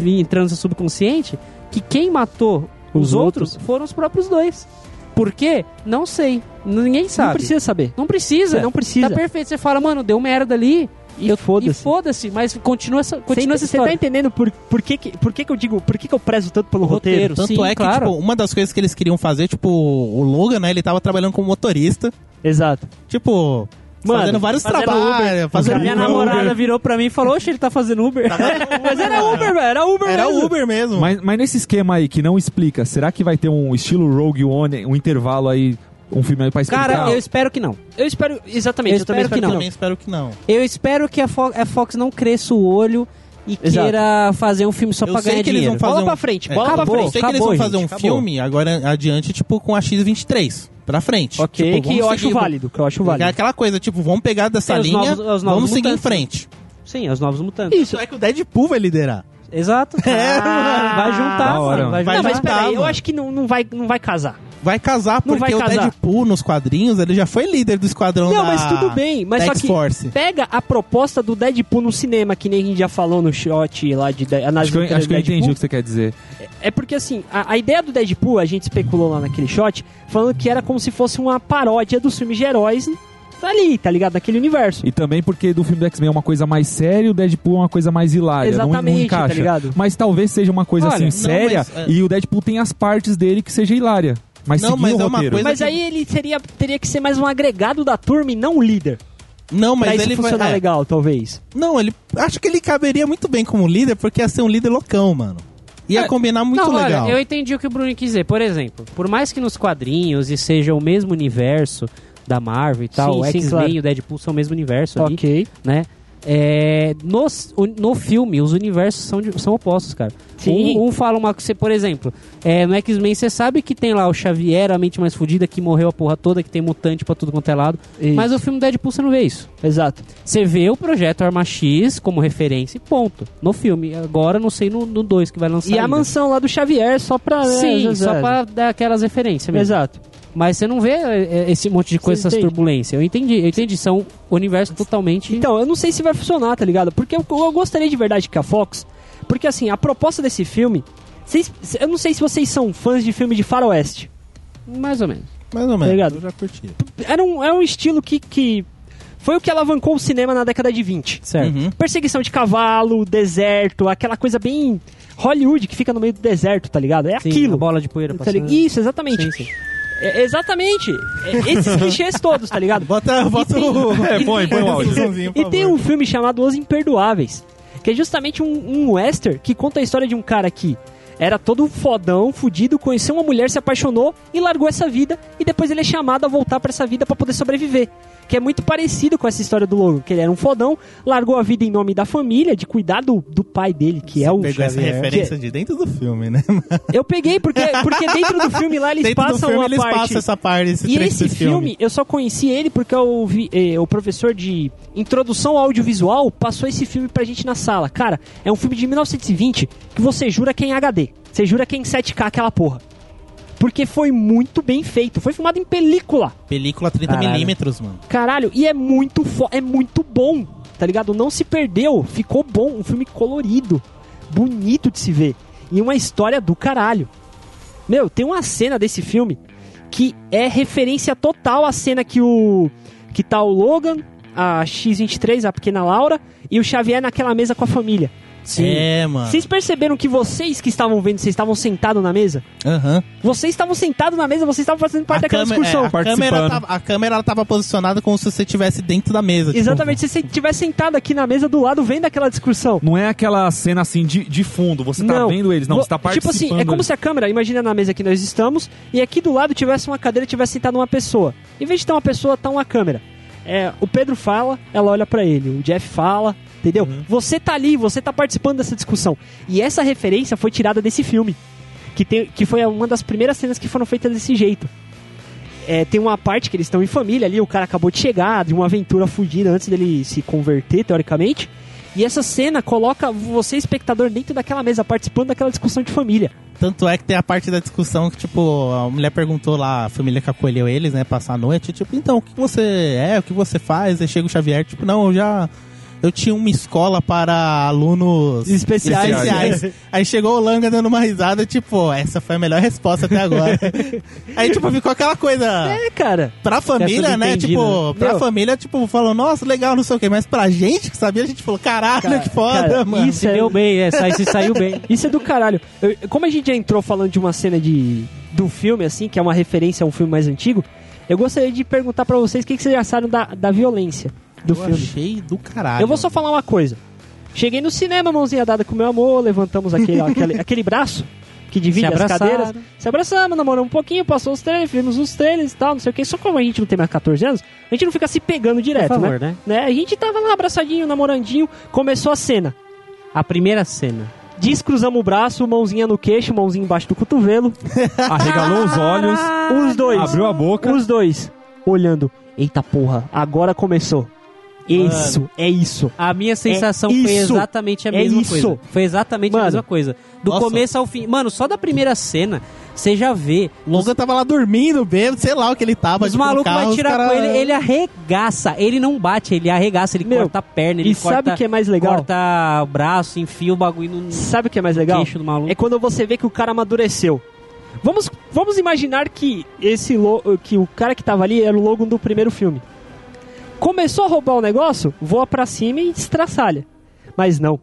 Speaker 4: entrando no seu subconsciente que quem matou os,
Speaker 5: Os
Speaker 4: outros,
Speaker 5: outros.
Speaker 4: foram os próprios dois. Por quê? Não sei. Ninguém sabe.
Speaker 5: Não precisa saber.
Speaker 4: Não precisa.
Speaker 5: Você não precisa.
Speaker 4: Tá perfeito. Você fala, mano, deu merda ali.
Speaker 5: E foda-se.
Speaker 4: E foda-se, mas continua essa, continua essa
Speaker 5: Você tá
Speaker 4: história.
Speaker 5: entendendo por, por, que, que, por que, que eu digo, por que, que eu prezo tanto pelo
Speaker 4: O roteiro.
Speaker 5: roteiro?
Speaker 3: Tanto
Speaker 4: Sim,
Speaker 3: é que,
Speaker 4: claro.
Speaker 3: tipo, uma das coisas que eles queriam fazer, tipo, o Logan, né? Ele tava trabalhando como motorista.
Speaker 5: Exato.
Speaker 3: Tipo,
Speaker 5: Mano,
Speaker 3: fazendo vários
Speaker 4: fazendo
Speaker 3: trabalhos, fazendo
Speaker 4: Minha
Speaker 3: Uber.
Speaker 4: namorada virou pra mim e falou, oxe, ele tá fazendo Uber.
Speaker 5: né?
Speaker 4: mas era Uber, velho. Era Uber
Speaker 3: Era
Speaker 4: mesmo.
Speaker 3: Uber mesmo.
Speaker 6: Mas, mas nesse esquema aí que não explica, será que vai ter um estilo Rogue One, um intervalo aí, um filme aí pra explicar?
Speaker 4: Cara, eu espero que não.
Speaker 5: Eu espero, exatamente, eu,
Speaker 4: eu também
Speaker 5: também espero que
Speaker 3: Eu
Speaker 5: não.
Speaker 3: também espero que não.
Speaker 4: Eu espero que a, Fo- a Fox não cresça o olho e
Speaker 5: Exato.
Speaker 4: queira fazer um filme só
Speaker 3: Eu
Speaker 4: pra
Speaker 3: sei
Speaker 4: ganhar
Speaker 3: que eles
Speaker 4: dinheiro.
Speaker 3: vão fazer
Speaker 5: bola
Speaker 3: um-
Speaker 5: pra frente,
Speaker 3: É,
Speaker 5: bola
Speaker 3: acabou.
Speaker 5: pra
Speaker 3: Eu
Speaker 5: frente.
Speaker 3: sei que eles vão
Speaker 5: acabou,
Speaker 3: fazer um
Speaker 5: gente, acabou.
Speaker 3: filme agora adiante, tipo, com a X23 pra frente.
Speaker 5: Ok,
Speaker 3: Tipo,
Speaker 5: que
Speaker 3: vamos
Speaker 5: eu
Speaker 3: seguir-
Speaker 5: acho válido, que eu acho
Speaker 3: É
Speaker 5: válido.
Speaker 3: aquela coisa, tipo, vamos pegar dessa
Speaker 4: Tem os
Speaker 3: linha,
Speaker 4: novos- os novos
Speaker 3: vamos seguir em
Speaker 4: mutantes.
Speaker 3: frente.
Speaker 4: Sim, os novos mutantes.
Speaker 5: né? Isso.
Speaker 3: é que o Deadpool vai liderar.
Speaker 4: Exato.
Speaker 3: mano.
Speaker 4: vai juntar,
Speaker 6: Da hora,
Speaker 4: mano, É. vai juntar.
Speaker 3: mano.
Speaker 5: Não, mas
Speaker 3: juntar,
Speaker 5: peraí, eu
Speaker 3: mano.
Speaker 5: acho que não, não, vai, não vai casar.
Speaker 3: Vai casar
Speaker 5: Não
Speaker 3: porque
Speaker 5: vai casar.
Speaker 3: o Deadpool nos quadrinhos, ele já foi líder do esquadrão
Speaker 5: Não,
Speaker 3: da
Speaker 5: mas tudo bem, mas
Speaker 3: da
Speaker 5: só que-
Speaker 3: X-Force.
Speaker 5: Pega a proposta do Deadpool no cinema, que nem a gente já falou no shot lá de, de análise
Speaker 6: Acho
Speaker 5: do
Speaker 6: que, eu, acho que eu
Speaker 5: Deadpool.
Speaker 6: entendi o que você quer dizer.
Speaker 5: É porque assim, a, a ideia do Deadpool, a gente especulou lá naquele shot, falando que era como se fosse uma paródia dos filmes de heróis ali, tá ligado? Naquele universo.
Speaker 6: E também porque do filme do X-Men é uma coisa mais séria e o Deadpool é uma coisa mais hilária. não- não,
Speaker 5: Exatamente, tá
Speaker 6: encaixa.
Speaker 5: ligado?
Speaker 6: Mas talvez seja uma coisa
Speaker 5: Olha,
Speaker 6: assim
Speaker 5: não,
Speaker 6: séria
Speaker 3: mas, é.
Speaker 6: e o Deadpool tem as partes dele que seja hilária. Mas
Speaker 3: Não,
Speaker 6: seguir
Speaker 3: mas
Speaker 6: o
Speaker 3: é uma
Speaker 6: roteiro.
Speaker 3: coisa-
Speaker 5: Mas aí ele seria, teria que ser mais um agregado da turma e não o líder.
Speaker 3: Não, mas
Speaker 5: pra isso
Speaker 3: ele vai.
Speaker 5: funcionar
Speaker 3: é.
Speaker 5: legal, talvez.
Speaker 3: Não, ele. Acho que ele caberia muito bem como líder, porque ia ser um líder loucão, mano. Ia combinar muito
Speaker 4: não,
Speaker 3: legal.
Speaker 4: olha, eu entendi o que o Bruno quis dizer. Por exemplo, por mais que nos quadrinhos e seja o mesmo universo da Marvel e tal,
Speaker 5: Sim,
Speaker 4: o
Speaker 5: sim,
Speaker 4: X-Men
Speaker 5: claro.
Speaker 4: e o Deadpool são o mesmo universo ali,
Speaker 5: Ok.
Speaker 4: né? É, nos- o- no, filme, os universos são, de- são opostos, cara.
Speaker 5: Sim.
Speaker 4: Um, um fala uma coisa, por exemplo, é, no X-Men você sabe que tem lá o Xavier, a mente mais fodida, que morreu a porra toda, que tem mutante pra tudo quanto é lado.
Speaker 5: Isso.
Speaker 4: Mas o filme Deadpool você não vê isso.
Speaker 5: Exato.
Speaker 4: Você vê o projeto Arma X como referência e ponto. No filme. Agora não sei no 2 que vai lançar.
Speaker 5: E a
Speaker 4: ainda.
Speaker 5: mansão lá do Xavier, só pra.
Speaker 4: Sim,
Speaker 5: é,
Speaker 4: só
Speaker 5: é,
Speaker 4: pra dar aquelas referências mesmo.
Speaker 5: Exato.
Speaker 4: Mas você não vê é, é, esse monte de coisa,
Speaker 5: Você
Speaker 4: essas
Speaker 5: entende?
Speaker 4: turbulências. Eu entendi, eu entendi. São universos totalmente.
Speaker 5: Então, eu não sei se vai funcionar, tá ligado? Porque eu, eu gostaria de verdade que a Fox. Porque assim, a proposta desse filme. Vocês, eu não sei se vocês são fãs de filme de faroeste.
Speaker 4: mais ou menos.
Speaker 3: Mais ou menos.
Speaker 5: ligado?
Speaker 3: Eu já curti.
Speaker 5: Era um, era um estilo que, que. Foi o que alavancou o cinema na década de 20.
Speaker 4: Certo.
Speaker 3: Uhum.
Speaker 5: Perseguição de cavalo, deserto, aquela coisa bem. Hollywood que fica no meio do deserto, tá ligado? É
Speaker 4: Sim, a
Speaker 5: aquilo.
Speaker 4: bola de poeira
Speaker 5: Tá ligado?
Speaker 4: passando.
Speaker 5: Isso, exatamente.
Speaker 4: Sim, sim.
Speaker 5: É, exatamente. É, esses clichês todos, tá ligado?
Speaker 3: Bota, bota o.
Speaker 6: É, põe, põe o áudio.
Speaker 3: somzinho, por
Speaker 5: E tem
Speaker 3: favor.
Speaker 5: um filme chamado Os Imperdoáveis, que é justamente um, um western que conta a história de um cara que era todo fodão, fudido, conheceu uma mulher, se apaixonou e largou essa vida e depois ele é chamado a voltar pra essa vida pra poder sobreviver. Que é muito parecido com essa história do Logan, que ele era um fodão, largou a vida em nome da família, de cuidar do, do pai dele, que é o
Speaker 3: Pegou essa
Speaker 5: Xavier.
Speaker 3: referência de dentro do filme, né?
Speaker 5: Que- eu peguei porque, porque dentro do filme lá eles
Speaker 3: dentro do
Speaker 5: passam
Speaker 3: filme
Speaker 5: uma
Speaker 3: eles
Speaker 5: parte
Speaker 3: passam essa parte, esse
Speaker 5: e
Speaker 3: trecho
Speaker 5: esse
Speaker 3: do
Speaker 5: filme, eu só conheci ele porque eu vi- eh, o professor de introdução ao audiovisual passou esse filme pra gente na sala. Cara, é um filme de 1920 que você jura que é em HD. Você jura que é em 7K aquela porra. Porque foi muito bem feito. Foi filmado em película.
Speaker 3: Película 30mm, mano.
Speaker 5: Caralho, e é muito fo é muito bom, tá ligado? Não se perdeu, ficou bom, um filme colorido, bonito de se ver e uma história do caralho. Meu, tem uma cena desse filme que é referência total à cena que o que tá o Logan, a X23, a pequena Laura e o Xavier naquela mesa com a família.
Speaker 3: É, mano.
Speaker 5: Vocês perceberam que vocês que estavam vendo, vocês estavam sentados na mesa?
Speaker 3: Aham.
Speaker 5: Vocês estavam sentados na mesa, vocês estavam fazendo parte
Speaker 3: A
Speaker 5: daquela
Speaker 3: câmera-
Speaker 5: discussão.
Speaker 3: é, a câmera,
Speaker 6: participando.
Speaker 3: tava, a câmera ela tava posicionada como se você estivesse dentro da mesa. tipo,
Speaker 5: Exatamente, se você estiver sentado aqui na mesa do lado vendo aquela discussão.
Speaker 6: Não é aquela cena assim de, de fundo, você tá
Speaker 5: não.
Speaker 6: vendo eles, não,
Speaker 5: Vo-
Speaker 6: você tá
Speaker 5: Tipo
Speaker 6: participando.
Speaker 5: assim, é como se a câmera, imagina na mesa que nós estamos, e aqui do lado tivesse uma cadeira e tivesse sentado uma pessoa. Em vez de ter uma pessoa, tá uma câmera. É, o Pedro fala, ela olha pra ele, o Jeff fala, entendeu?
Speaker 6: Uhum.
Speaker 5: Você tá ali, você tá participando dessa discussão. E essa referência foi tirada desse filme, que, tem, que foi uma das primeiras cenas que foram feitas desse jeito. É, tem uma parte que eles estão em família ali, o cara acabou de chegar, de uma aventura fugida antes dele se converter, teoricamente. E essa cena coloca você, espectador, dentro daquela mesa, participando daquela discussão de família.
Speaker 3: Tanto é que tem a parte da discussão que, tipo, a mulher perguntou lá, a família que acolheu eles, né, passar a noite, tipo, então, o que você é, o que você faz? Aí chega o Xavier, tipo, não, eu já. Eu tinha uma escola para alunos
Speaker 5: Especiais.
Speaker 3: especiais. Aí chegou o Langa dando uma risada, tipo, essa foi a melhor resposta até agora. Aí, tipo, ficou aquela coisa.
Speaker 5: É, cara.
Speaker 3: Pra família, né?
Speaker 4: subentendido,
Speaker 3: Tipo, pra
Speaker 5: Meu.
Speaker 3: família, tipo, falou, nossa, legal, não sei o quê. Mas pra gente que sabia, a gente falou, caralho, que foda,
Speaker 5: cara,
Speaker 3: mano.
Speaker 5: isso
Speaker 4: Se
Speaker 5: é-
Speaker 4: deu bem, é, sai, se saiu bem.
Speaker 5: Isso é do caralho. Eu- como a gente já entrou falando de uma cena de do filme, assim, que é uma referência a um filme mais antigo, eu gostaria de perguntar pra vocês o que, que vocês acharam da, da violência é do
Speaker 3: eu
Speaker 5: filme.
Speaker 3: achei do caralho.
Speaker 5: Eu vou só falar uma coisa. Cheguei no cinema, mãozinha dada com meu amor, levantamos aquele, aquele, aquele braço que divide
Speaker 4: Se
Speaker 5: as
Speaker 4: abraçaram.
Speaker 5: cadeiras. Se abraçamos, namoramos um pouquinho, passou os trailers, vimos os trailers e tal, não sei o que. Só como a gente não tem mais 14 anos, a gente não
Speaker 4: É,
Speaker 5: fica se pegando direto,
Speaker 4: Por favor,
Speaker 5: né?
Speaker 4: né?
Speaker 5: né? A gente tava lá abraçadinho, namorandinho, começou a cena. A primeira cena. Descruzamos o braço, mãozinha no queixo, mãozinha embaixo do cotovelo.
Speaker 6: Arregalou os olhos,
Speaker 5: Os dois.
Speaker 6: abriu a boca.
Speaker 5: Os dois. Olhando. Eita porra, agora começou. Isso, é isso.
Speaker 4: A minha sensação
Speaker 5: É
Speaker 4: foi
Speaker 5: isso.
Speaker 4: exatamente a
Speaker 5: É
Speaker 4: mesma
Speaker 5: isso.
Speaker 4: coisa. Foi exatamente
Speaker 5: Mano.
Speaker 4: a mesma coisa. Do
Speaker 3: Nossa.
Speaker 4: começo ao fim. Mano, só da primeira cena, você já vê.
Speaker 3: Logan tava lá dormindo, bêbado, sei lá o que ele tava.
Speaker 4: Os
Speaker 3: tipo, no
Speaker 4: malucos
Speaker 3: carro,
Speaker 4: vai
Speaker 3: os
Speaker 4: tirar
Speaker 3: cara-
Speaker 4: com ele, ele arregaça. Ele não bate, ele arregaça, ele
Speaker 5: Meu,
Speaker 4: corta a perna, ele
Speaker 5: E
Speaker 4: corta,
Speaker 5: sabe o que é mais legal?
Speaker 4: corta o braço, enfia o bagulho no
Speaker 5: Sabe o que é mais legal?
Speaker 4: queixo do maluco.
Speaker 5: É quando você vê que o cara amadureceu. Vamos, vamos imaginar que esse lo- que o cara que tava ali era o Logan do primeiro filme. Começou a roubar o negócio, voa pra cima e estraçalha. Mas não.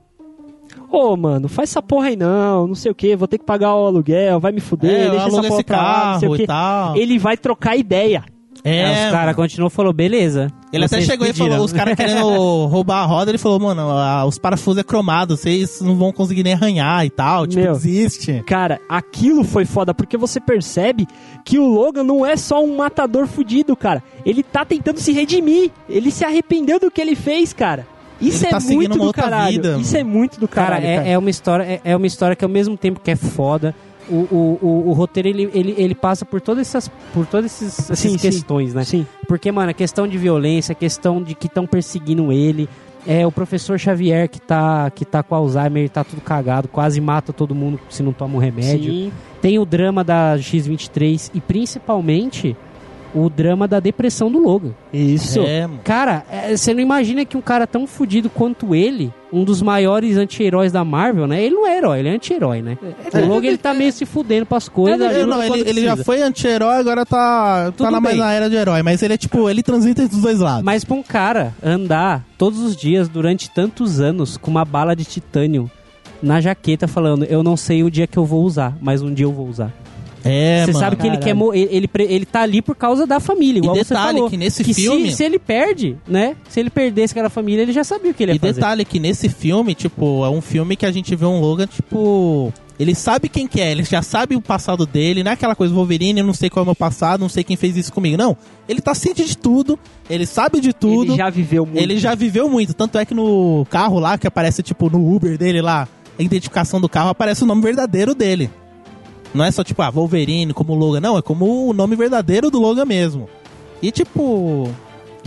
Speaker 5: Ô, mano, faz essa porra aí não, não sei o que, vou ter que pagar o aluguel, vai me fuder,
Speaker 3: É,
Speaker 5: deixa essa
Speaker 3: aluga
Speaker 5: porra
Speaker 3: esse
Speaker 5: pra lá, não sei o
Speaker 3: carro
Speaker 5: quê.
Speaker 3: e tal.
Speaker 5: Ele vai trocar ideia.
Speaker 4: Aí
Speaker 3: É,
Speaker 4: os caras continuou e falou, beleza.
Speaker 3: Ele até
Speaker 4: vocês
Speaker 3: chegou e
Speaker 4: pediram.
Speaker 3: falou, os caras querendo roubar a roda, ele falou, mano, a- os parafusos é cromado, vocês não vão conseguir nem arranhar e tal, tipo,
Speaker 5: Meu.
Speaker 3: desiste.
Speaker 5: Cara, aquilo foi foda, porque você percebe que o Logan não é só um matador fudido, cara. Ele tá tentando se redimir. Ele se arrependeu do que ele fez, cara. Isso
Speaker 3: Ele tá
Speaker 5: é
Speaker 3: seguindo
Speaker 5: muito
Speaker 3: uma
Speaker 5: do
Speaker 3: outra
Speaker 5: caralho.
Speaker 3: vida,
Speaker 5: Isso
Speaker 3: mano.
Speaker 5: é muito do
Speaker 4: Cara,
Speaker 5: caralho,
Speaker 4: é,
Speaker 5: cara.
Speaker 4: é uma história, é, é uma história que ao mesmo tempo que é foda, o, o, o, o roteiro ele, ele, ele passa por todas essas, por todas esses, essas
Speaker 5: Sim, sim.
Speaker 4: questões, né?
Speaker 5: Sim.
Speaker 4: Porque, mano, a questão de violência, a questão de que estão perseguindo ele. É o professor Xavier que tá, que tá com Alzheimer, ele tá tudo cagado, quase mata todo mundo se não toma um remédio.
Speaker 5: Sim.
Speaker 4: Tem o drama da X23 e principalmente o drama da depressão do Logan.
Speaker 5: Isso.
Speaker 3: É, mano.
Speaker 4: Cara, é, você não imagina que um cara tão fudido quanto ele, um dos maiores anti-heróis da Marvel, né? Ele não é herói, ele é anti-herói, né? O Logan ele tá meio se fudendo pras coisas.
Speaker 3: Ele,
Speaker 4: ajuda
Speaker 3: não,
Speaker 4: quando
Speaker 3: ele, ele já
Speaker 4: precisa.
Speaker 3: foi anti-herói, agora tá, tá
Speaker 4: Tudo
Speaker 3: na, mais
Speaker 4: bem.
Speaker 3: na era de herói, mas ele é tipo, ele transita entre os dois lados.
Speaker 4: Mas pra um cara andar todos os dias durante tantos anos com uma bala de titânio na jaqueta falando, eu não sei o dia que eu vou usar, mas um dia eu vou usar.
Speaker 3: é,
Speaker 4: você
Speaker 3: mano.
Speaker 4: sabe que ele
Speaker 5: Caralho.
Speaker 4: quer morrer, ele, pre- ele tá ali por causa da família,
Speaker 3: E
Speaker 4: igual você
Speaker 3: detalhe
Speaker 4: falou.
Speaker 3: que nesse
Speaker 4: se-
Speaker 3: filme-
Speaker 4: Se, ele perde, né? Se ele perdesse aquela família, ele já sabia o que ele ia
Speaker 3: E
Speaker 4: fazer.
Speaker 3: detalhe que nesse filme, tipo, é um filme que a gente vê um Logan, tipo. Ele sabe quem que é, ele já sabe o passado dele, não é aquela coisa Wolverine, eu não sei qual é o meu passado, não sei quem fez isso comigo. Não, ele tá ciente de tudo, ele sabe de tudo.
Speaker 5: Ele já viveu muito.
Speaker 3: Ele já viveu muito, tanto é que no carro lá, que aparece, tipo, no Uber dele lá, a identificação do carro, aparece o nome verdadeiro dele. Não é só, tipo, ah, Wolverine, como Logan. Não, é como o nome verdadeiro do Logan mesmo. E, tipo,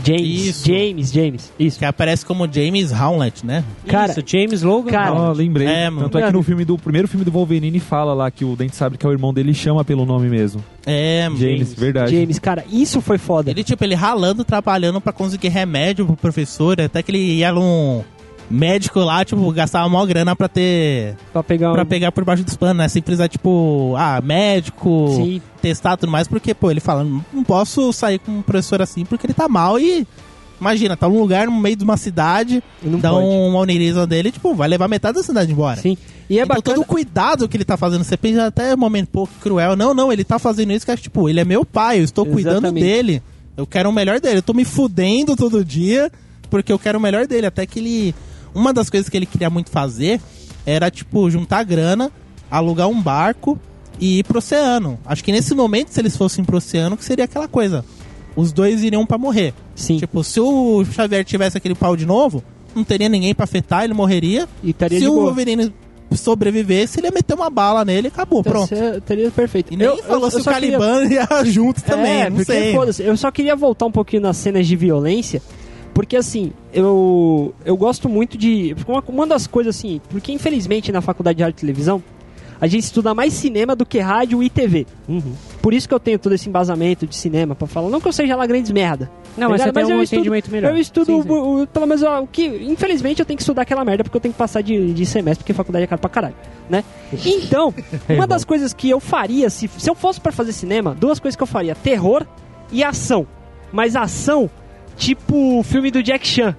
Speaker 5: James,
Speaker 3: Isso.
Speaker 5: James, James. Isso.
Speaker 3: que aparece como James Howlett, né?
Speaker 5: Cara,
Speaker 4: Isso, James Logan.
Speaker 5: cara,
Speaker 4: não.
Speaker 6: Ah, lembrei.
Speaker 3: É, mano.
Speaker 6: Tanto é que no filme do primeiro filme do Wolverine fala lá que o Dente Sabre, que é o irmão dele, chama pelo nome mesmo.
Speaker 3: É,
Speaker 6: James, verdade.
Speaker 5: James, cara, isso foi foda.
Speaker 3: Ele, tipo, ele ralando, trabalhando pra conseguir remédio pro professor, até que ele ia num médico lá, tipo, gastava maior grana pra ter.
Speaker 5: Pra pegar um...
Speaker 3: pra pegar por baixo dos panos, né? Sem precisar, tipo, ah, médico,
Speaker 5: Sim.
Speaker 3: testar tudo mais, porque, pô, ele fala, "Não- não posso sair com um professor assim porque ele tá mal e. Imagina, tá num lugar no meio de uma cidade,
Speaker 5: E não
Speaker 3: dá um,
Speaker 5: pode.
Speaker 3: uma oniriza dele, tipo, vai levar metade da cidade embora.
Speaker 5: Sim. E é
Speaker 3: Então,
Speaker 5: bacana...
Speaker 3: todo o cuidado que ele tá fazendo, você pensa até um momento pouco cruel. Não, não, ele tá fazendo isso que é tipo, ele é meu pai, eu estou cuidando
Speaker 5: Exatamente.
Speaker 3: dele. Eu quero o melhor dele. Eu tô me fudendo todo dia porque eu quero o melhor dele. Até que ele. Uma das coisas que ele queria muito fazer era, tipo, juntar grana, alugar um barco e ir pro oceano. Acho que nesse momento, se eles fossem pro oceano, que seria aquela coisa. Os dois iriam pra morrer.
Speaker 5: Sim.
Speaker 3: Tipo, se o Xavier tivesse aquele pau de novo, não teria ninguém pra afetar, ele morreria
Speaker 5: E estaria
Speaker 3: se
Speaker 5: de
Speaker 3: o
Speaker 5: boa.
Speaker 3: Wolverine sobrevivesse, ele ia meter uma bala nele e acabou, pronto.
Speaker 5: Então, Teria perfeito.
Speaker 3: E nem
Speaker 5: Eu- eu-
Speaker 3: falou
Speaker 5: eu
Speaker 3: se o
Speaker 5: só queria-
Speaker 3: Caliban ia junto também,
Speaker 5: É,
Speaker 3: não
Speaker 5: porque,
Speaker 3: sei.
Speaker 5: foda-se, eu só queria voltar um pouquinho nas cenas de violência, porque assim, eu eu gosto muito de uma, uma das coisas assim, porque infelizmente na faculdade de rádio e televisão a gente estuda mais cinema do que rádio e TV. Por isso que eu tenho todo esse embasamento de cinema pra falar. Não que eu seja lá grandes merda. Tá
Speaker 4: Não, mas você
Speaker 5: Ligado?
Speaker 4: tem
Speaker 5: eu
Speaker 4: um
Speaker 5: estudo-
Speaker 4: entendimento melhor.
Speaker 5: Eu estudo,
Speaker 4: Sim, sim.
Speaker 5: o- o- pelo menos, ó, o que. Infelizmente, eu tenho que estudar aquela merda porque eu tenho que passar de, de semestre, porque faculdade é caro pra caralho, né? Então,
Speaker 4: É
Speaker 5: uma das coisas que eu faria, se, se eu fosse pra fazer cinema, duas coisas que eu faria: terror e ação. Mas ação, tipo o filme do Jack Chan.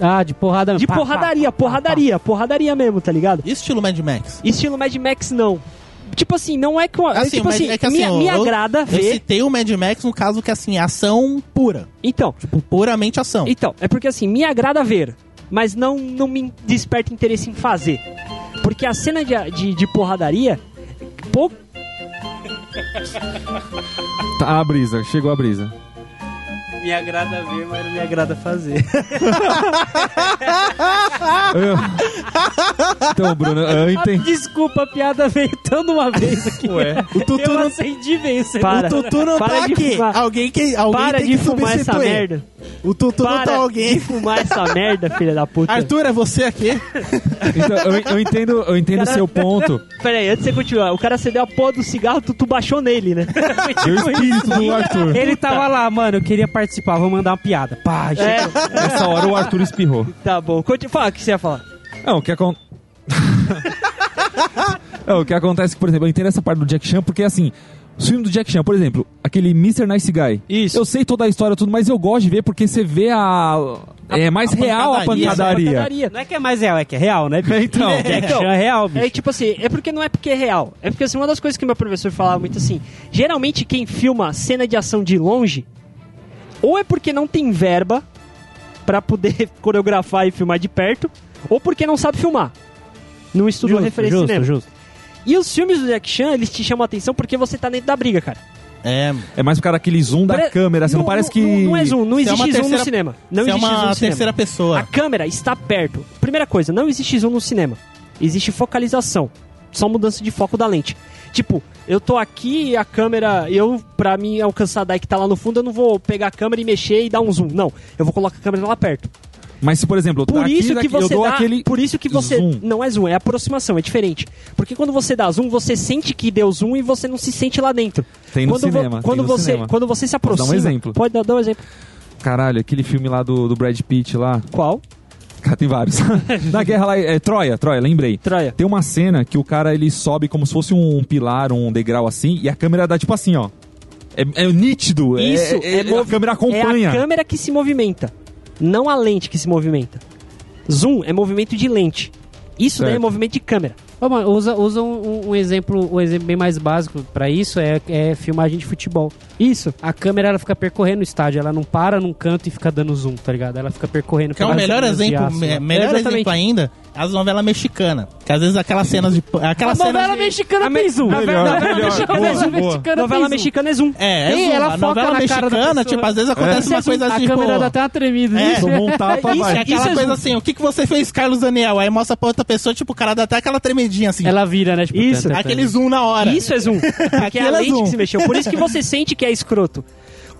Speaker 4: Ah, de porrada
Speaker 5: De
Speaker 4: pá, pá,
Speaker 5: porradaria,
Speaker 4: pá, pá,
Speaker 5: porradaria, porradaria mesmo, tá ligado?
Speaker 3: E Estilo Mad Max.
Speaker 5: Estilo Mad Max, não. Tipo assim, não é que. eu-
Speaker 3: Assim,
Speaker 5: tipo
Speaker 3: mas
Speaker 5: assim,
Speaker 3: é que assim,
Speaker 5: me,
Speaker 3: eu-
Speaker 5: me
Speaker 3: eu-
Speaker 5: agrada
Speaker 3: Eu
Speaker 5: ver.
Speaker 3: citei o Mad Max no caso que, assim, é ação pura.
Speaker 5: Então,
Speaker 3: Tipo, puramente ação.
Speaker 5: Então, é porque assim, me agrada ver, mas não, não me desperta interesse em fazer. Porque a cena de, de, de porradaria, pou-
Speaker 6: Tá, a brisa, chegou a brisa.
Speaker 4: Me agrada ver, mas não me agrada fazer.
Speaker 6: Eu- Então, Bruno, eu entendi.
Speaker 4: Desculpa, a piada veio tão de uma vez aqui.
Speaker 6: Ué.
Speaker 3: O Tutu
Speaker 4: Eu
Speaker 3: não,
Speaker 4: acendi bem, você
Speaker 5: assim, Para.
Speaker 3: o tutu não
Speaker 5: Para
Speaker 3: tá
Speaker 5: de
Speaker 3: aqui.
Speaker 5: fumar.
Speaker 3: Alguém, que, alguém
Speaker 5: Para
Speaker 3: tem
Speaker 5: de
Speaker 3: que
Speaker 5: fumar essa
Speaker 3: substituir.
Speaker 5: merda.
Speaker 3: O Tutu não
Speaker 5: Para
Speaker 3: tá
Speaker 5: de
Speaker 3: alguém.
Speaker 5: fumar essa merda, filha da puta.
Speaker 3: Arthur, é você aqui?
Speaker 6: Então, eu, eu entendo, eu entendo o seu ponto.
Speaker 5: Pera aí, antes de você continuar, o cara acendeu a porra do cigarro, tu, tu baixou nele, né?
Speaker 6: E o espírito do Arthur.
Speaker 4: Ele tava lá, mano, eu queria participar, vou mandar uma piada. Pá,
Speaker 5: É,
Speaker 6: Nessa hora o Arthur espirrou.
Speaker 5: tá bom. Continua, fala o que você ia falar.
Speaker 6: Não, o que acontece. o que acontece, por exemplo, eu entendo essa parte do Jack Chan, porque assim, os filmes do Jack Chan, por exemplo, aquele Mr. Nice Guy.
Speaker 5: Isso.
Speaker 6: Eu sei toda a história, tudo, mas eu gosto de ver porque você vê a. É mais real a
Speaker 3: pancadaria.
Speaker 6: pancadaria.
Speaker 4: Não é que é mais real, é que é real, né? bicho?
Speaker 6: Então,
Speaker 4: Jack
Speaker 5: Então,
Speaker 4: Chan é real, bicho.
Speaker 5: É tipo assim, é porque não é porque é real. É porque assim, uma das coisas que meu professor falava muito assim, geralmente quem filma cena de ação de longe, ou é porque não tem verba pra poder coreografar e filmar de perto, ou porque não sabe filmar. Não estudou referência
Speaker 4: justo,
Speaker 5: cinema.
Speaker 4: justo.
Speaker 5: E os filmes do Jack Chan, eles te chamam a atenção porque você tá dentro da briga, cara.
Speaker 3: É,
Speaker 6: é mais o cara aquele zoom da
Speaker 5: Pare-
Speaker 6: câmera, assim, não, parece que.
Speaker 5: Não, não é zoom, não
Speaker 3: Se é
Speaker 5: existe
Speaker 3: uma
Speaker 5: zoom
Speaker 3: terceira-
Speaker 5: no cinema. Não
Speaker 3: você é
Speaker 5: existe zoom
Speaker 3: uma
Speaker 5: no cinema.
Speaker 3: terceira pessoa.
Speaker 5: A câmera está perto. Primeira coisa, não existe zoom no cinema. Existe focalização. Só mudança de foco da lente. Tipo, eu tô aqui e a câmera. Eu, pra mim, alcançar a Dai que tá lá no fundo, eu não vou pegar a câmera e mexer e dar um zoom. Não. Eu vou colocar a câmera lá perto.
Speaker 6: Mas se, por exemplo,
Speaker 5: Por
Speaker 6: daqui,
Speaker 5: isso que
Speaker 6: daqui, eu
Speaker 5: você
Speaker 6: dou
Speaker 5: dá.
Speaker 6: aquele.
Speaker 5: por isso que você.
Speaker 6: zoom.
Speaker 5: Não é zoom, é aproximação, é diferente. Porque quando você dá zoom, você sente que deu zoom e você não se sente lá dentro.
Speaker 6: Tem no
Speaker 5: quando vo-
Speaker 6: cinema,
Speaker 5: quando
Speaker 6: tem no
Speaker 5: você,
Speaker 6: cinema.
Speaker 5: Quando você se
Speaker 6: dar um
Speaker 5: aproxima.
Speaker 6: exemplo.
Speaker 5: Pode dar, dar um exemplo.
Speaker 6: Caralho, aquele filme lá do, do Brad Pitt lá.
Speaker 5: Qual?
Speaker 6: Cara, tem vários. Na guerra lá, é Troia, Troia, lembrei.
Speaker 5: Troia.
Speaker 6: Tem uma cena que o cara ele sobe como se fosse um pilar, um degrau assim, e a câmera dá tipo assim, ó. É, é nítido. é-
Speaker 5: Isso,
Speaker 6: é,
Speaker 5: é
Speaker 6: a
Speaker 5: mov-
Speaker 6: câmera acompanha.
Speaker 5: É a câmera que se movimenta, não a lente que se movimenta. Zoom é movimento de lente. Isso daí é
Speaker 6: Certo.
Speaker 5: movimento de câmera.
Speaker 7: Ô, mano, usa, usa um, um exemplo, um exemplo bem mais básico pra isso é, é filmagem de futebol.
Speaker 5: Isso.
Speaker 7: A câmera ela fica percorrendo o estádio, ela não para num canto e fica dando zoom, tá ligado? Ela fica percorrendo.
Speaker 3: Que é o
Speaker 7: pelas
Speaker 3: melhor
Speaker 7: cenas de
Speaker 3: exemplo,
Speaker 7: aço,
Speaker 3: me-
Speaker 7: né?
Speaker 3: melhor
Speaker 5: É, exatamente.
Speaker 3: exemplo ainda, as novelas mexicanas. Que às vezes aquelas cenas de. Aquelas cenas de-
Speaker 7: mexicana tem
Speaker 4: um.
Speaker 7: zoom. A
Speaker 6: Melhor,
Speaker 7: novela
Speaker 6: melhor.
Speaker 7: mexicana- um.
Speaker 6: Boa,
Speaker 7: novela
Speaker 6: boa.
Speaker 7: mexicana
Speaker 5: Novela
Speaker 7: tem zoom.
Speaker 5: mexicana é zoom.
Speaker 3: É, é
Speaker 7: Ih,
Speaker 3: zoom.
Speaker 7: ela
Speaker 3: a
Speaker 7: foca
Speaker 3: novela
Speaker 7: na cara da
Speaker 3: mexicana,
Speaker 7: pessoa. É.
Speaker 3: tipo, às vezes acontece
Speaker 4: um.
Speaker 3: uma coisa assim,
Speaker 7: A câmera
Speaker 3: pô,
Speaker 7: dá até uma tremida.
Speaker 3: É.
Speaker 7: Isso.
Speaker 6: Tomou um tapa,
Speaker 3: Isso,
Speaker 6: vai.
Speaker 3: é aquela
Speaker 5: Isso é
Speaker 3: coisa
Speaker 5: zoom.
Speaker 3: assim, o que, que você fez, Carlos Daniel? Aí mostra pra outra pessoa, tipo, o cara dá até aquela tremidinha assim.
Speaker 7: Ela vira, né? Tipo,
Speaker 5: Isso.
Speaker 7: tan, tan, tan.
Speaker 3: Aquele zoom na hora.
Speaker 5: Isso é zoom. Porque é
Speaker 3: Aquilo
Speaker 5: a
Speaker 3: é
Speaker 5: lente
Speaker 3: zoom.
Speaker 5: que se mexeu. Por isso que você sente que é escroto.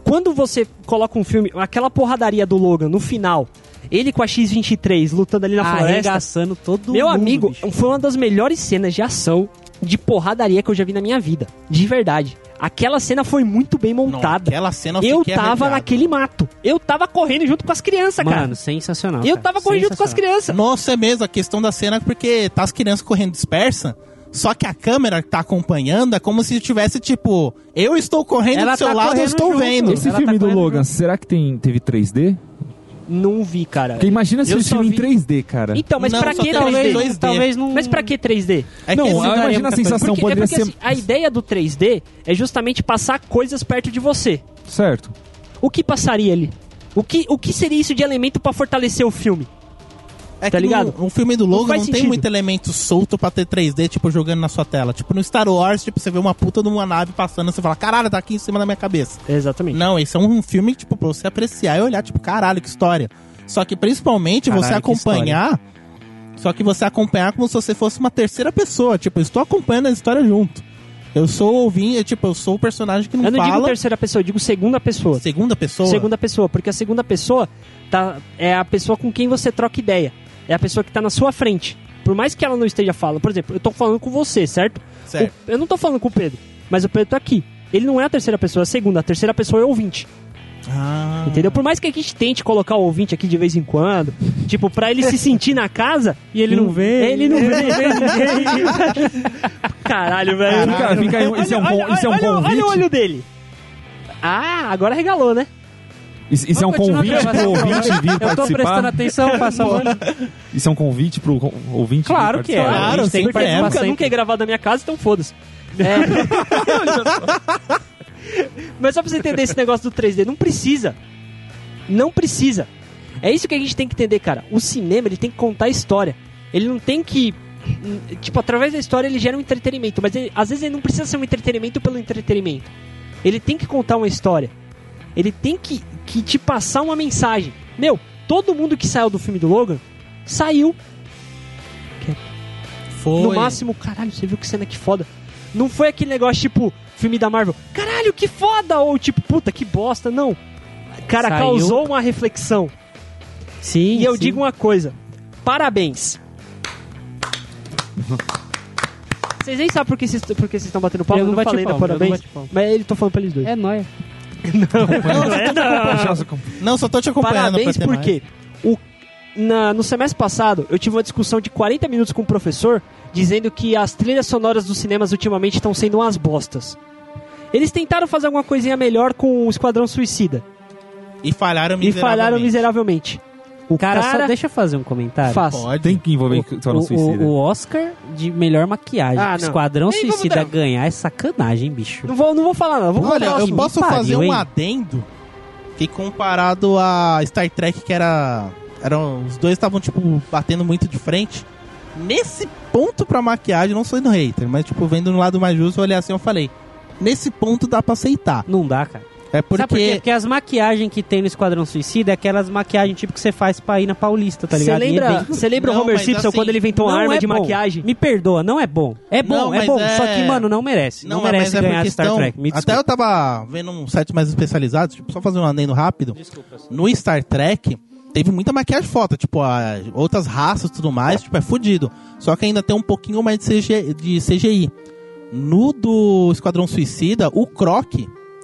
Speaker 5: Quando você coloca um filme, aquela porradaria do Logan no final, ele com a X-23 lutando
Speaker 4: Tá
Speaker 5: ali na floresta.
Speaker 7: Arregaçando todo
Speaker 5: Meu
Speaker 7: mundo,
Speaker 5: amigo,
Speaker 4: um
Speaker 7: bicho.
Speaker 5: foi uma das melhores cenas de ação de porradaria que eu já vi na minha vida. De verdade. Aquela cena foi muito bem
Speaker 3: Não,
Speaker 5: montada.
Speaker 3: aquela cena
Speaker 5: Eu
Speaker 3: fiquei
Speaker 5: tava
Speaker 3: arrepiado.
Speaker 5: naquele mato. Eu tava correndo junto com as crianças, cara.
Speaker 7: Mano, sensacional.
Speaker 5: Eu
Speaker 7: cara.
Speaker 5: tava correndo junto com as
Speaker 7: Sensacional.
Speaker 5: crianças.
Speaker 3: Nossa, é mesmo, a questão da cena, porque tá as crianças correndo dispersa, só que a câmera que tá acompanhando é como se tivesse, tipo, eu estou correndo
Speaker 7: Ela
Speaker 3: do seu
Speaker 7: tá
Speaker 3: lado, eu
Speaker 7: correndo
Speaker 3: estou
Speaker 7: junto.
Speaker 3: vendo.
Speaker 6: Esse
Speaker 7: Ela
Speaker 6: filme
Speaker 7: tá
Speaker 6: do
Speaker 7: correndo
Speaker 6: Logan, será que tem, teve 3D?
Speaker 5: Não vi, cara.
Speaker 6: Porque imagina se
Speaker 5: Eu
Speaker 6: esse
Speaker 5: só
Speaker 6: filme
Speaker 5: vi-
Speaker 6: em 3D, cara.
Speaker 5: Então, mas
Speaker 3: Não,
Speaker 5: pra
Speaker 3: só
Speaker 5: que
Speaker 3: tem
Speaker 5: 3D?
Speaker 3: dois- 2D.
Speaker 7: Talvez não...
Speaker 5: Mas pra que 3D?
Speaker 3: É que
Speaker 6: Não,
Speaker 3: esse
Speaker 6: eu
Speaker 3: daria
Speaker 6: imagino a
Speaker 3: muita coisa.
Speaker 6: sensação,
Speaker 5: Porque, é
Speaker 6: poderia
Speaker 5: porque
Speaker 6: ser.
Speaker 5: assim, a ideia do 3D é justamente passar coisas perto de você.
Speaker 6: Certo.
Speaker 5: O que passaria ali? O que, o que seria isso de elemento pra fortalecer o filme?
Speaker 3: É
Speaker 5: Tá
Speaker 3: que
Speaker 5: ligado?
Speaker 3: No, no filme do Logan
Speaker 5: faz
Speaker 3: não, tem
Speaker 5: sentido.
Speaker 3: muito elemento solto pra ter 3D, tipo, jogando na sua tela. Tipo, no Star Wars, tipo, você vê uma puta de uma nave passando, você fala, caralho, tá aqui em cima da minha cabeça.
Speaker 5: Exatamente.
Speaker 3: Não, esse é um filme, tipo, pra você apreciar e olhar, tipo, caralho, que história. Só que principalmente
Speaker 6: Caralho,
Speaker 3: você
Speaker 6: que
Speaker 3: acompanhar. Só que você acompanhar como se você fosse uma terceira pessoa. Tipo, eu estou acompanhando a história junto. Eu sou ouvindo, eu, tipo, eu sou o personagem que não,
Speaker 5: Eu não digo
Speaker 3: fala.
Speaker 5: terceira pessoa, eu digo segunda pessoa.
Speaker 3: Segunda pessoa.
Speaker 5: Segunda pessoa, porque a segunda pessoa tá, é a pessoa com quem você troca ideia. É a pessoa que tá na sua frente. Por mais que ela não esteja falando, por exemplo, eu tô falando com você, certo?
Speaker 3: Certo.
Speaker 5: O- eu não tô falando com o Pedro, mas o Pedro tá aqui. Ele não é a terceira pessoa, é a segunda. A terceira pessoa é o ouvinte,
Speaker 3: Ah.
Speaker 5: entendeu? Por mais que a gente tente colocar o ouvinte aqui de vez em quando, tipo, pra ele se sentir na casa... E ele
Speaker 7: não vem.
Speaker 5: Ele não vem. Caralho, velho.
Speaker 6: Fica- fica aí, esse é um
Speaker 5: Olha-
Speaker 6: bom-
Speaker 5: olha-
Speaker 6: esse é um
Speaker 5: olha-
Speaker 6: convite.
Speaker 5: Olha o olho dele. Ah, agora regalou, né?
Speaker 6: Isso, isso é um
Speaker 7: Vamos continuar
Speaker 6: convite pro
Speaker 7: gravando.
Speaker 6: ouvinte vir
Speaker 7: Eu tô prestando
Speaker 6: participar.
Speaker 7: atenção,
Speaker 4: um
Speaker 7: faça o
Speaker 6: Isso é um convite pro con- ouvinte
Speaker 7: Claro
Speaker 6: vir
Speaker 7: que é.
Speaker 6: participar?
Speaker 3: Claro,
Speaker 7: a gente tem que
Speaker 3: sempre é.
Speaker 7: participar
Speaker 5: nunca,
Speaker 7: sempre.
Speaker 5: nunca é gravado na minha casa, então foda-se. É. Mas só pra você entender esse negócio do 3D, não precisa. Não precisa. É isso que a gente tem que entender, cara. O cinema, ele tem que contar a história. Ele não tem que... Tipo, através da história ele gera um entretenimento, mas ele- às vezes ele não precisa ser um entretenimento pelo entretenimento. Ele tem que contar uma história. Ele tem que que te passar uma mensagem. Meu, todo mundo que saiu do filme do Logan saiu.
Speaker 3: Foi.
Speaker 5: No máximo, caralho, você viu que cena que foda. Não foi aquele negócio tipo filme da Marvel, caralho, que foda! Ou tipo, puta, que bosta, não. Cara,
Speaker 4: Saiu.
Speaker 5: causou uma reflexão.
Speaker 4: Sim,
Speaker 5: E eu
Speaker 4: sim.
Speaker 5: digo uma coisa: parabéns. Vocês nem sabem por que vocês por que vocês estão batendo palma,
Speaker 4: Eu
Speaker 5: eu não
Speaker 4: não bati
Speaker 5: falei ainda
Speaker 4: palma, eu não
Speaker 5: parabéns.
Speaker 4: bati palma.
Speaker 5: Mas ele tô falando pra eles dois.
Speaker 4: É nóia.
Speaker 3: Não, só tô te acompanhando.
Speaker 5: é Parabéns,
Speaker 3: pra ter mais.
Speaker 5: porque o, na- no semestre passado eu tive uma discussão de 40 minutos com o professor dizendo que as trilhas sonoras dos cinemas ultimamente estão sendo umas bostas. Eles tentaram fazer alguma coisinha melhor com o Esquadrão Suicida
Speaker 3: E falharam
Speaker 5: e falharam
Speaker 3: miseravelmente.
Speaker 5: miseravelmente. O
Speaker 4: Cara,
Speaker 5: cara,
Speaker 4: só deixa eu fazer um comentário.
Speaker 5: faz.
Speaker 3: Pode.
Speaker 6: Tem que envolver Esquadrão
Speaker 4: o,
Speaker 6: Suicida.
Speaker 4: o- o Oscar de melhor maquiagem.
Speaker 5: Ah, não.
Speaker 4: Esquadrão
Speaker 5: Nem vamos
Speaker 4: Suicida
Speaker 5: dar-
Speaker 4: ganhar é sacanagem, bicho.
Speaker 5: Não vou, não vou falar nada. Vou
Speaker 3: Olha,
Speaker 5: falar
Speaker 3: eu
Speaker 5: assim.
Speaker 3: posso
Speaker 4: pariu,
Speaker 3: fazer um
Speaker 4: hein?
Speaker 3: adendo que comparado a Star Trek, que era. Eram, os dois estavam, tipo, batendo muito de frente. Nesse ponto pra maquiagem, não sou no hater, mas, tipo, vendo no lado mais justo, eu olhei assim eu falei. Nesse ponto dá pra aceitar.
Speaker 4: Não dá, cara.
Speaker 3: É
Speaker 4: Sabe por quê?
Speaker 3: porque.
Speaker 4: Porque as maquiagens que tem no Esquadrão Suicida é aquelas maquiagens tipo que você faz pra ir na Paulista, tá
Speaker 5: Você
Speaker 4: ligado? E é
Speaker 5: lembra,
Speaker 4: bem-
Speaker 5: você lembra
Speaker 3: Não,
Speaker 5: o Homer
Speaker 3: mas
Speaker 5: Simpson
Speaker 3: assim,
Speaker 5: quando ele inventou uma
Speaker 4: Não
Speaker 5: arma
Speaker 4: é
Speaker 5: de
Speaker 4: bom.
Speaker 5: maquiagem?
Speaker 4: Me perdoa, não é bom. É bom,
Speaker 3: Não,
Speaker 4: é
Speaker 3: mas
Speaker 4: bom.
Speaker 3: é-
Speaker 4: Só que, mano, não merece. Não,
Speaker 3: mas
Speaker 4: merece
Speaker 3: é por
Speaker 4: ganhar Star
Speaker 3: questão-
Speaker 4: Trek. Me
Speaker 3: Até
Speaker 4: desculpa.
Speaker 3: eu tava vendo um site mais especializado, tipo, só fazer um adendo rápido. No Star Trek, teve muita maquiagem foda, tipo, a- outras raças e tudo mais, tipo, é fudido. Só que ainda tem um pouquinho mais de, CG de CGI. No do Esquadrão Suicida, o Croc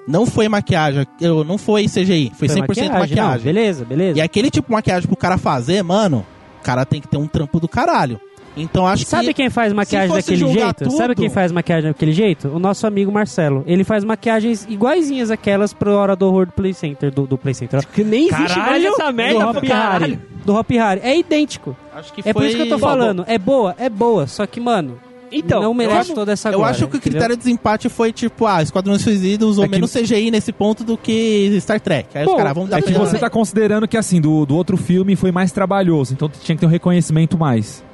Speaker 3: não foi maquiagem, eu- não foi CGI, foi, 100% maquiagem.
Speaker 4: não, beleza, beleza.
Speaker 3: E aquele tipo de maquiagem pro cara fazer, mano, o cara tem que ter um trampo do caralho. Então acho
Speaker 4: Sabe
Speaker 3: que.
Speaker 4: quem faz maquiagem
Speaker 3: fosse
Speaker 4: daquele
Speaker 3: julgar
Speaker 4: jeito?
Speaker 3: tudo-
Speaker 4: Sabe quem faz maquiagem daquele jeito? O nosso amigo Marcelo. Ele faz maquiagens iguaizinhas aquelas pro Hora do Horror do Play Center, do, do Play Center.
Speaker 5: Que nem existe mais essa
Speaker 4: do
Speaker 5: merda,
Speaker 4: Hop
Speaker 5: pô, caralho.
Speaker 4: Harry. Do Hop Harry. É idêntico.
Speaker 3: Acho que
Speaker 4: É por isso que eu tô
Speaker 3: foi-
Speaker 4: falando. É boa, é boa. Só que, mano,
Speaker 5: Então,
Speaker 4: não merece
Speaker 5: como-
Speaker 4: toda essa
Speaker 3: Eu acho que o critério de desempate foi tipo, ah, Esquadrão Suicida usou
Speaker 6: É que-
Speaker 3: menos CGI nesse ponto do que Star Trek. Aí
Speaker 5: Bom,
Speaker 3: os caras vão dar
Speaker 6: É que
Speaker 3: pra-
Speaker 6: você tá considerando que, assim, do, do outro filme foi mais trabalhoso, então tinha que ter um reconhecimento mais.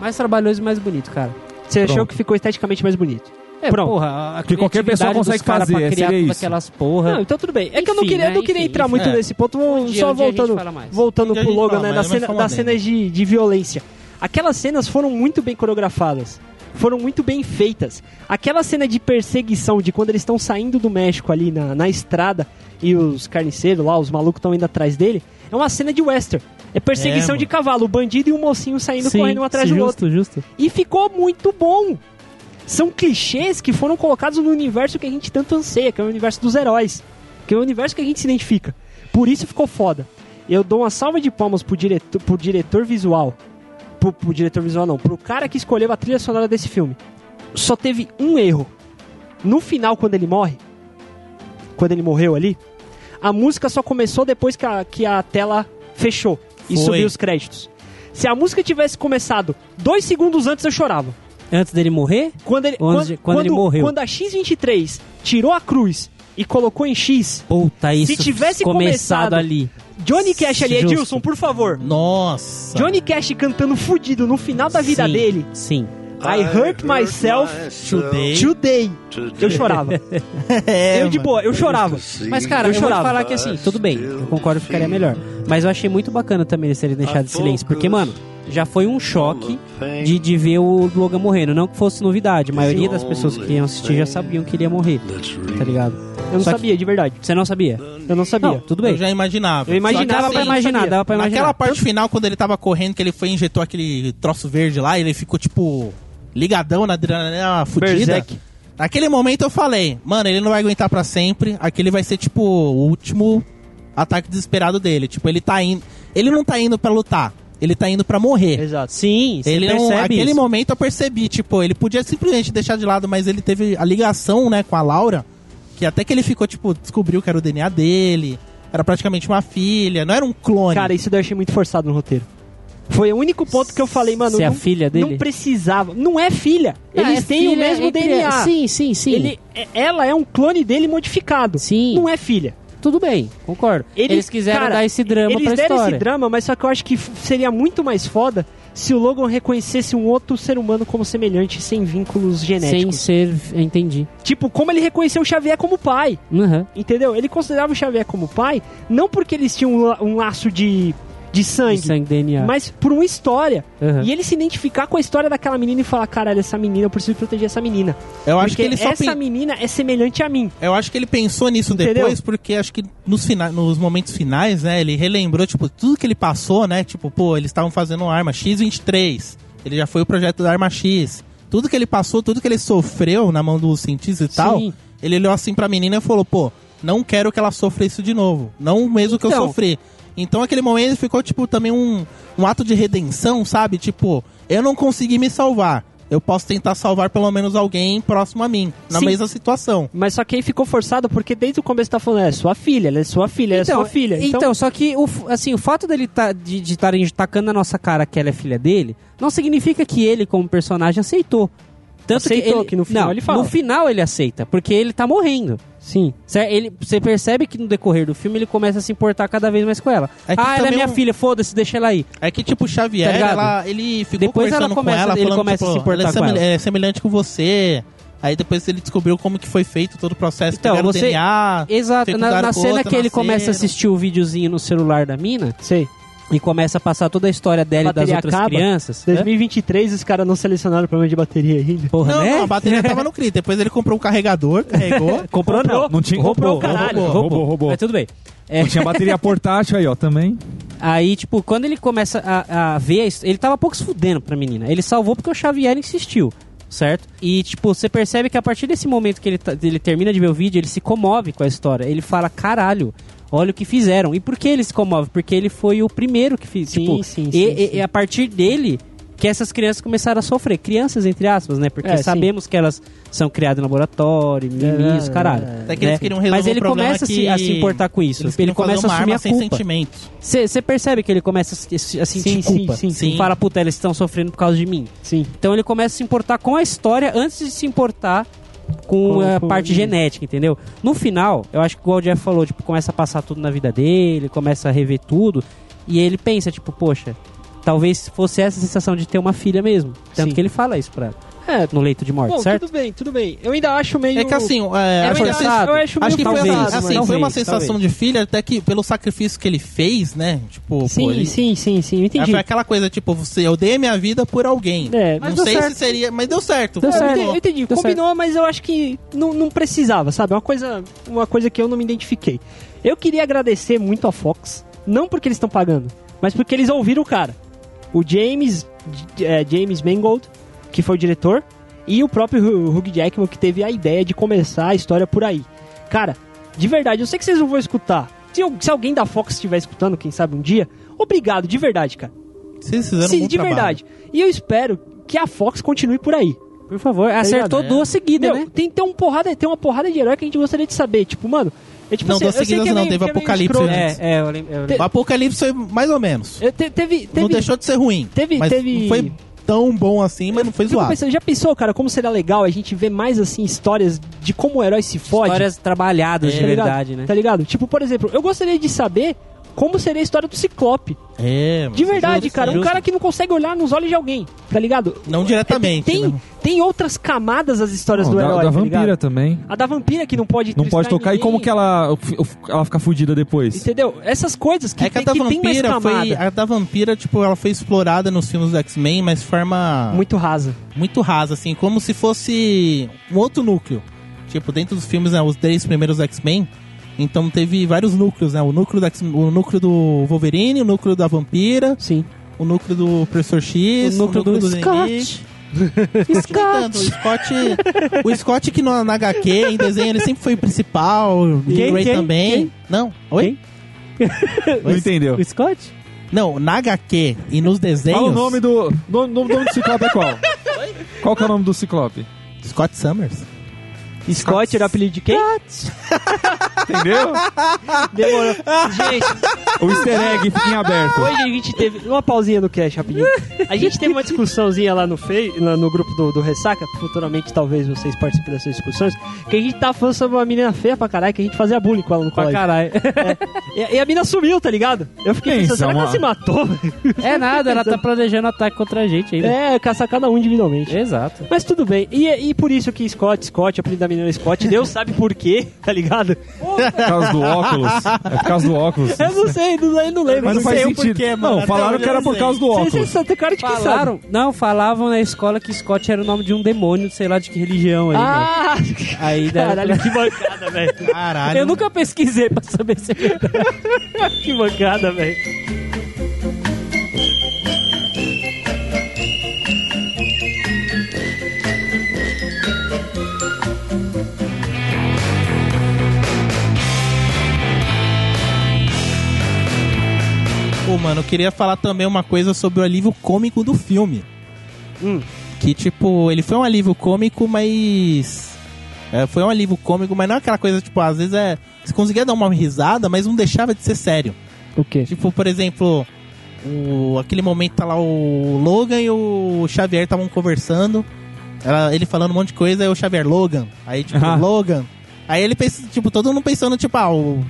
Speaker 4: Mais trabalhoso e mais bonito, cara.
Speaker 5: Você achou
Speaker 6: Pronto.
Speaker 5: que ficou esteticamente mais bonito?
Speaker 4: É,
Speaker 5: Pronto.
Speaker 4: porra, a- a
Speaker 6: Que qualquer pessoa
Speaker 4: criatividade dos
Speaker 6: consegue
Speaker 4: cara
Speaker 7: é
Speaker 6: fazer,
Speaker 4: pra criar
Speaker 6: seria
Speaker 4: todas
Speaker 6: isso.
Speaker 4: aquelas porra.
Speaker 5: Não, então tudo bem. É que eu não
Speaker 4: Enfim,
Speaker 5: queria, eu não
Speaker 4: né?
Speaker 5: queria
Speaker 4: Enfim,
Speaker 5: entrar
Speaker 4: enfim.
Speaker 5: muito
Speaker 3: É.
Speaker 5: nesse ponto, vou-
Speaker 4: Um dia-
Speaker 5: só
Speaker 4: um dia a gente
Speaker 5: voltando,
Speaker 4: fala mais.
Speaker 5: voltando
Speaker 3: Um dia a
Speaker 5: pro
Speaker 3: gente
Speaker 5: Logan,
Speaker 3: fala
Speaker 5: né,
Speaker 3: mais,
Speaker 5: da
Speaker 3: mas
Speaker 5: cena,
Speaker 3: fala
Speaker 5: das
Speaker 3: bem.
Speaker 5: cenas de, de violência. Aquelas cenas foram muito bem coreografadas, foram muito bem feitas. Aquela cena de perseguição, de quando eles estão saindo do México ali na, na estrada e os carniceiros lá, os malucos estão indo atrás dele, é uma cena de western. É perseguição
Speaker 3: É,
Speaker 5: de cavalo, o bandido e o mocinho saindo
Speaker 4: Sim,
Speaker 5: correndo um atrás
Speaker 4: sim,
Speaker 5: do outro.
Speaker 4: justo, justo.
Speaker 5: E ficou muito bom. São clichês que foram colocados no universo que a gente tanto anseia, que é o universo dos heróis. Que é o universo que a gente se identifica. Por isso ficou foda. Eu dou uma salva de palmas pro diretor, pro diretor visual. Pro, pro diretor visual não, pro cara que escolheu a trilha sonora desse filme. Só teve um erro. No final, quando ele morre, quando ele morreu ali, a música só começou depois que a, que a tela fechou e
Speaker 3: Foi.
Speaker 5: subiu os créditos. Se a música tivesse começado dois segundos antes, eu chorava.
Speaker 4: Antes dele morrer,
Speaker 5: Quando ele,
Speaker 4: Quando- quando ele morreu.
Speaker 5: Quando a X23 tirou a cruz e colocou em X,
Speaker 4: puta, isso
Speaker 5: tivesse
Speaker 4: começado
Speaker 5: começado-
Speaker 4: ali.
Speaker 5: Johnny Cash ali,
Speaker 4: Justo.
Speaker 5: Edilson, por favor.
Speaker 3: Nossa.
Speaker 5: Johnny Cash cantando fudido no final da vida
Speaker 4: Sim,
Speaker 5: dele.
Speaker 4: Sim.
Speaker 5: I hurt myself
Speaker 3: Today.
Speaker 5: today. Eu chorava.
Speaker 3: É,
Speaker 5: eu de
Speaker 3: mano.
Speaker 5: boa, eu chorava.
Speaker 4: Mas, cara,
Speaker 5: Eu
Speaker 4: eu, vou te
Speaker 5: chorava.
Speaker 4: falar que assim, tudo bem, eu concordo que ficaria melhor. Mas eu achei muito bacana também eles terem deixado de silêncio, porque, mano, já foi um choque de, de ver o Logan morrendo. Não que fosse novidade, a maioria das pessoas que iam assistir já sabiam que ele ia morrer, tá ligado?
Speaker 5: Eu não
Speaker 4: Só que-
Speaker 5: sabia, de verdade.
Speaker 4: Você não sabia?
Speaker 5: Eu não sabia.
Speaker 4: Não, tudo
Speaker 3: Eu
Speaker 4: bem.
Speaker 3: já imaginava.
Speaker 5: Eu imaginava
Speaker 4: Dava
Speaker 3: Só que, assim,
Speaker 4: pra
Speaker 5: Sim,
Speaker 4: imaginar,
Speaker 5: sabia.
Speaker 4: dava pra imaginar.
Speaker 3: Naquela parte final, quando ele tava correndo, que ele foi e injetou aquele troço verde lá, ele ficou, tipo, ligadão na adrenalina ah, fudida.
Speaker 5: Berserk.
Speaker 3: Naquele momento eu falei, mano, ele não vai aguentar pra sempre. Aquele vai ser, tipo, o último ataque desesperado dele. Tipo, ele tá indo. Ele não tá indo pra lutar, ele tá indo pra morrer.
Speaker 5: Exato.
Speaker 4: Sim, você
Speaker 3: Ele não,
Speaker 4: percebe
Speaker 3: aquele
Speaker 4: isso.
Speaker 3: momento eu percebi, tipo, ele podia simplesmente deixar de lado, mas ele teve a ligação, né, com a Laura, que até que ele ficou, tipo, descobriu que era o DNA dele, era praticamente uma filha, não era um clone.
Speaker 5: Cara, isso daí eu achei muito forçado no roteiro. Foi o único ponto que eu falei, mano.
Speaker 4: Se é a
Speaker 5: não-
Speaker 4: filha dele?
Speaker 5: Não precisava. Não é filha.
Speaker 4: Ah,
Speaker 5: Eles
Speaker 4: é
Speaker 5: têm o
Speaker 4: filha,
Speaker 5: mesmo
Speaker 4: é cria-
Speaker 5: DNA.
Speaker 4: Sim, sim, sim.
Speaker 5: Ele, é- ela é um clone dele modificado.
Speaker 4: Sim.
Speaker 5: Não é filha.
Speaker 4: Tudo bem, concordo. Eles, quiseram
Speaker 5: cara,
Speaker 4: dar esse drama
Speaker 5: Eles
Speaker 4: pra
Speaker 5: deram
Speaker 4: história.
Speaker 5: esse drama, mas só que eu acho que f- seria muito mais foda se o Logan reconhecesse um outro ser humano como semelhante, sem vínculos
Speaker 4: Sem
Speaker 5: genéticos.
Speaker 4: ser. Entendi.
Speaker 5: Tipo, como ele reconheceu o Xavier como pai.
Speaker 4: Uhum.
Speaker 5: Entendeu? Ele considerava o Xavier como pai, não porque eles tinham um, la- um laço de, de sangue,
Speaker 4: De sangue é. DNA.
Speaker 5: mas por uma história.
Speaker 4: Uhum.
Speaker 5: E ele se identificar com a história daquela menina e falar: caralho, essa menina, eu preciso proteger essa menina.
Speaker 3: Eu acho
Speaker 5: porque
Speaker 3: que ele só
Speaker 5: essa
Speaker 3: pen-
Speaker 5: menina é semelhante a mim.
Speaker 3: Eu acho que ele pensou nisso
Speaker 5: Entendeu?
Speaker 3: depois, porque acho que nos, fina- nos momentos finais, né, ele relembrou, tipo, tudo que ele passou, né? Tipo, pô, eles estavam fazendo uma arma X-23. Ele já foi o projeto da arma X. Tudo que ele passou, tudo que ele sofreu na mão dos cientistas e tal,
Speaker 4: Sim.
Speaker 3: ele olhou assim pra menina e falou, pô, não quero que ela sofra isso de novo. Não o mesmo que eu
Speaker 4: Então.
Speaker 3: sofri. Então aquele momento ficou, tipo, também um, um ato de redenção, sabe? Tipo, eu não consegui me salvar. Eu posso tentar salvar pelo menos alguém próximo a mim, na
Speaker 5: Sim.
Speaker 3: mesma situação.
Speaker 5: Mas só que aí ficou forçado, porque desde o começo tá falando: é sua filha, ela é sua filha, ela é sua filha.
Speaker 4: Então, só que o, f- assim, o fato dele tá, de estarem tacando na nossa cara que ela é filha dele, não significa que ele, como personagem, aceitou. Tanto
Speaker 5: Aceitou,
Speaker 4: ele,
Speaker 5: que no final
Speaker 4: não,
Speaker 5: ele fala.
Speaker 4: No final ele aceita, porque ele tá morrendo.
Speaker 5: Sim.
Speaker 4: Certo? Ele, você percebe que no decorrer do filme ele começa a se importar cada vez mais com ela.
Speaker 3: É que
Speaker 4: ah, ela é
Speaker 3: também
Speaker 4: minha
Speaker 3: um-
Speaker 4: filha, foda-se, deixa ela aí.
Speaker 3: É que, tipo, o Xavier,
Speaker 4: Tá ligado?
Speaker 3: ela- ele ficou
Speaker 4: Depois ela
Speaker 3: conversando
Speaker 4: começa-
Speaker 3: com ela,
Speaker 4: ele
Speaker 3: falando,
Speaker 4: começa a
Speaker 3: tipo,
Speaker 4: se importar
Speaker 3: ela é,
Speaker 4: com
Speaker 3: semel-
Speaker 4: ela.
Speaker 3: é semelhante com você. Aí depois ele descobriu como que foi feito todo o processo,
Speaker 4: Então,
Speaker 3: pegaram o
Speaker 4: você-
Speaker 3: DNA...
Speaker 4: Exato, na,
Speaker 3: Fecundaram
Speaker 4: na
Speaker 3: com
Speaker 4: cena
Speaker 3: outra,
Speaker 4: que ele
Speaker 3: nasceram.
Speaker 4: começa a assistir o videozinho no celular da mina
Speaker 5: Sei.
Speaker 4: e começa a passar toda a história dela e das
Speaker 5: Bateria
Speaker 4: outras
Speaker 5: acaba.
Speaker 4: crianças. né?
Speaker 5: 2023, os caras não selecionaram o problema de bateria ainda.
Speaker 4: Porra,
Speaker 3: Não,
Speaker 4: né?
Speaker 3: não, a bateria tava no CRI. Depois ele comprou um carregador, carregou...
Speaker 4: Comprou, não.
Speaker 6: Não tinha.
Speaker 4: Roubou,
Speaker 6: roubou,
Speaker 4: caralho.
Speaker 6: roubou, roubou, roubou.
Speaker 4: Mas tudo bem. É,
Speaker 6: Não tinha bateria portátil aí, ó, também.
Speaker 4: aí, tipo, quando ele começa a, a ver... a his- Ele tava pouco se fudendo pra menina. Ele salvou porque o Xavier insistiu, certo? E, tipo, você percebe que a partir desse momento que ele, tá- ele termina de ver o vídeo, ele se comove com a história. Ele fala, caralho... Olha o que fizeram. E por que ele se comove? Porque ele foi o primeiro que fez.
Speaker 5: Sim,
Speaker 4: tipo,
Speaker 5: sim,
Speaker 4: e,
Speaker 5: sim,
Speaker 4: e-
Speaker 5: sim.
Speaker 4: e a partir dele que essas crianças começaram a sofrer. Crianças, entre aspas, né? Porque
Speaker 5: É, sim. É,
Speaker 4: sabemos que elas são criadas em laboratório, mimis, caralho.
Speaker 3: Até que eles
Speaker 4: né?
Speaker 3: queriam resolver
Speaker 4: Mas ele
Speaker 3: um problema
Speaker 4: começa a se-
Speaker 3: que
Speaker 4: a se importar com isso.
Speaker 3: eles
Speaker 4: Ele
Speaker 3: queriam
Speaker 4: começa
Speaker 3: fazer
Speaker 4: a
Speaker 3: uma
Speaker 4: assumir
Speaker 3: arma
Speaker 4: a
Speaker 3: sem
Speaker 4: culpa.
Speaker 3: sentimentos.
Speaker 4: Você percebe que ele começa a se- a sentir
Speaker 5: Sim,
Speaker 4: culpa.
Speaker 5: sim, sim,
Speaker 4: E
Speaker 3: sim.
Speaker 4: fala, puta, eles estão sofrendo por causa de mim.
Speaker 5: Sim.
Speaker 4: Então ele começa a se importar com a história antes de se importar com, eh,
Speaker 5: Com-
Speaker 4: a
Speaker 5: com-
Speaker 4: parte
Speaker 5: sim.
Speaker 4: genética, entendeu? No final, eu acho que igual o Jeff falou, tipo, começa a passar tudo na vida dele, começa a rever tudo. E ele pensa, tipo, poxa, talvez fosse essa a sensação de ter uma filha mesmo. Tanto
Speaker 5: Sim.
Speaker 4: que ele fala isso pra ela,
Speaker 5: É,
Speaker 4: no leito de morte,
Speaker 5: Bom,
Speaker 4: certo?
Speaker 5: tudo bem, tudo bem. Eu ainda acho meio.
Speaker 3: É que assim, é,
Speaker 5: É
Speaker 3: acho que
Speaker 5: verdade,
Speaker 3: assim,
Speaker 5: eu acho meio
Speaker 3: Acho que foi,
Speaker 4: Talvez,
Speaker 3: assim,
Speaker 5: forçado,
Speaker 3: assim,
Speaker 5: mas-
Speaker 3: foi uma
Speaker 4: talvez,
Speaker 3: sensação de filha, até que pelo sacrifício que ele fez, né? Tipo, pô,
Speaker 5: Sim,
Speaker 3: ele-
Speaker 5: sim, sim, sim, eu entendi.
Speaker 3: Foi aquela coisa, tipo, você, eu dei a minha vida por alguém.
Speaker 5: É, mas
Speaker 3: não
Speaker 5: deu
Speaker 3: sei
Speaker 5: certo.
Speaker 3: se seria, mas deu certo.
Speaker 5: Não, eu
Speaker 3: funcionou.
Speaker 5: entendi, eu entendi,
Speaker 4: Deu
Speaker 5: combinou, mas eu acho que não, não precisava, sabe? Uma coisa, uma coisa que eu não me identifiquei. Eu queria agradecer muito a Fox, não porque eles estão pagando, mas porque eles ouviram o cara. O James, J- é, James Mangold, que foi o diretor, e o próprio Hu- Hugh Jackman, que teve a ideia de começar a história por aí. Cara, de verdade, eu sei que vocês não vão escutar. Se, eu- se alguém da Fox estiver escutando, quem sabe um dia, obrigado, de verdade, cara.
Speaker 3: Vocês fizeram um
Speaker 5: Sim,
Speaker 3: bom
Speaker 5: de
Speaker 3: trabalho.
Speaker 5: verdade. E eu espero que a Fox continue por aí. Tá É.
Speaker 4: Por favor, acertou
Speaker 3: ligado, né?
Speaker 4: duas seguidas,
Speaker 5: Meu,
Speaker 4: né?
Speaker 5: tem, tem, um porrada, tem uma porrada de herói que a gente gostaria de saber. Tipo, mano. É, tipo,
Speaker 3: Não,
Speaker 5: assim,
Speaker 3: duas
Speaker 5: eu sei
Speaker 3: seguidas
Speaker 5: que é
Speaker 3: não,
Speaker 5: meio-
Speaker 3: teve
Speaker 5: que é meio
Speaker 3: Apocalipse né?
Speaker 5: escroto.
Speaker 3: antes.
Speaker 4: É, é, eu lem- eu lem-
Speaker 3: O Apocalipse foi mais ou menos.
Speaker 5: É, te- teve. teve
Speaker 3: não deixou de ser ruim.
Speaker 5: teve-
Speaker 3: mas
Speaker 5: teve- Tipo,
Speaker 3: Não foi tão bom assim, mas não foi
Speaker 5: eu fico
Speaker 3: zoado.
Speaker 5: pensando, já pensou, cara, como seria legal a gente ver mais assim histórias de como o herói se fode?
Speaker 4: Histórias trabalhadas de
Speaker 5: tá ligado?
Speaker 4: verdade, né?
Speaker 5: Tá ligado? Tipo, por exemplo, eu gostaria de saber como seria a história do Ciclope.
Speaker 3: É, mas
Speaker 5: De verdade,
Speaker 3: justo,
Speaker 5: cara. Um
Speaker 3: justo.
Speaker 5: cara que não consegue olhar nos olhos de alguém, tá ligado?
Speaker 3: Não diretamente.
Speaker 5: Tem,
Speaker 3: né?
Speaker 5: tem outras camadas as histórias
Speaker 6: Não,
Speaker 5: do
Speaker 6: da,
Speaker 5: herói.
Speaker 6: da
Speaker 5: tá
Speaker 6: vampira
Speaker 5: ligado?
Speaker 6: também.
Speaker 5: A da vampira que não pode
Speaker 6: Não pode
Speaker 5: triscar
Speaker 6: tocar. E
Speaker 5: ninguém.
Speaker 6: como que ela, ela fica fudida depois?
Speaker 5: Entendeu? Essas coisas que,
Speaker 3: É que a
Speaker 5: tem,
Speaker 3: da
Speaker 5: que tem mais
Speaker 3: vampira
Speaker 5: camada.
Speaker 3: foi. A da vampira, tipo, ela foi explorada nos filmes do X-Men, mas de forma muito.
Speaker 5: Muito rasa.
Speaker 3: rasa, assim, como se fosse um outro núcleo. Tipo, dentro dos filmes, né, os três primeiros X-Men. Então teve vários núcleos, né? O núcleo, do X- o núcleo do Wolverine, o núcleo da vampira,
Speaker 5: Sim.
Speaker 3: o núcleo do Professor X,
Speaker 4: O núcleo do
Speaker 3: Zenith.
Speaker 4: Scott.
Speaker 3: Tanto, o Scott, o Scott que no, na HQ, em desenho, ele sempre foi o principal. O
Speaker 4: Quem?
Speaker 3: Ray
Speaker 4: Quem?
Speaker 3: também.
Speaker 4: Quem?
Speaker 3: Não, oi?
Speaker 6: Não entendeu.
Speaker 4: O Scott?
Speaker 3: Não, na HQ e nos desenhos.
Speaker 6: Fala o nome do. Nome, nome, nome do Ciclope é qual? qual que é o nome do Ciclope?
Speaker 3: Scott Summers.
Speaker 5: Scott era apelido de quem?
Speaker 6: Entendeu?
Speaker 5: Demorou. Gente,
Speaker 6: O easter egg fica em aberto.
Speaker 5: Hoje a gente teve. Uma pausinha no cast rapidinho. A gente teve uma discussãozinha lá no Fei, lá no grupo do, do Ressaca. Futuramente talvez vocês participem dessas discussões. Que a gente tava falando sobre uma menina feia pra caralho, que a gente fazia bullying com ela no
Speaker 4: Pra
Speaker 5: colégio. É.
Speaker 4: caralho.
Speaker 5: E, e a mina sumiu, tá ligado? Eu fiquei
Speaker 6: Pensa,
Speaker 5: pensando, será que
Speaker 6: uma-
Speaker 5: ela se matou? velho?
Speaker 4: É nada, ela tá planejando ataque contra a gente ainda.
Speaker 5: É, caçar cada um individualmente.
Speaker 4: Exato.
Speaker 5: Mas tudo bem. E, e por isso que Scott, Scott, o apelido da menina é Scott, Deus sabe por quê, tá ligado?
Speaker 6: Por causa do óculos. É por causa do óculos.
Speaker 5: Eu não sei, não, eu não lembro.
Speaker 6: Mas não faz
Speaker 3: sei o
Speaker 6: sentido.
Speaker 3: porquê, mano.
Speaker 6: não,
Speaker 3: Até
Speaker 6: falaram
Speaker 3: hoje
Speaker 6: que
Speaker 3: eu
Speaker 6: era
Speaker 3: não
Speaker 6: por
Speaker 3: sei.
Speaker 6: causa do
Speaker 5: Vocês- vocês
Speaker 6: óculos.
Speaker 5: são- tem cara de quem sabe.
Speaker 4: Falaram, não, falavam na escola que Scott era o nome de um demônio, sei lá de que religião aí, mano.
Speaker 5: Ah,
Speaker 4: Aí daí-
Speaker 5: caralho, que bancada, velho.
Speaker 3: Caralho.
Speaker 4: Eu nunca pesquisei pra saber se é verdade.
Speaker 5: Que bancada, velho.
Speaker 3: Pô, mano, eu queria falar também uma coisa sobre o alívio cômico do filme. Que, tipo, ele foi um alívio cômico, mas. é, foi um alívio cômico, mas não é aquela coisa, tipo, às vezes é. Você conseguia dar uma risada, mas não deixava de ser sério.
Speaker 5: O quê?
Speaker 3: Tipo, por exemplo, o, aquele momento tá lá o Logan e o Xavier estavam conversando. Ela- ele falando um monte de coisa, aí o Xavier, Logan. Aí, tipo,
Speaker 6: Ah.
Speaker 3: Logan. Aí ele pensa, tipo, todo mundo pensando, tipo, ah, o,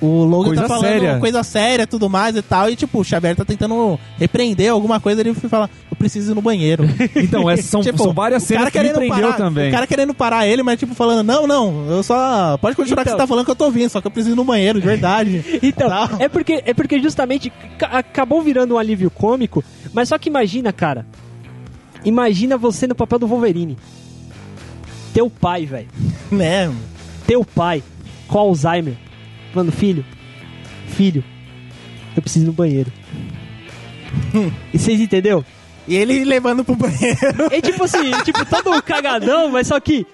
Speaker 3: o Logan
Speaker 6: Coisa
Speaker 3: tá falando
Speaker 6: séria.
Speaker 3: coisa séria tudo mais e tal. E, tipo, o Xavier tá tentando repreender alguma coisa, ele fala, eu preciso ir no banheiro.
Speaker 6: Então, essas são,
Speaker 3: Tipo,
Speaker 6: são várias
Speaker 3: o
Speaker 6: cenas que me prendeu
Speaker 3: parar,
Speaker 6: também.
Speaker 3: O cara querendo parar ele, mas tipo falando, não, não, eu só. Pode continuar que
Speaker 5: Então.
Speaker 3: você tá falando que eu tô vindo, só que eu preciso ir no banheiro, de verdade.
Speaker 5: Então,
Speaker 3: Tá.
Speaker 5: é porque, é porque justamente ca- acabou virando um alívio cômico, mas só que imagina, cara. Imagina você no papel do Wolverine. Teu pai, velho.
Speaker 6: é-
Speaker 3: né?
Speaker 5: Teu pai com Alzheimer. Mano, filho. Filho. Eu preciso ir no banheiro. E vocês entendeu?
Speaker 3: E ele levando pro banheiro.
Speaker 5: É tipo assim, tipo, todo um cagadão, mas só que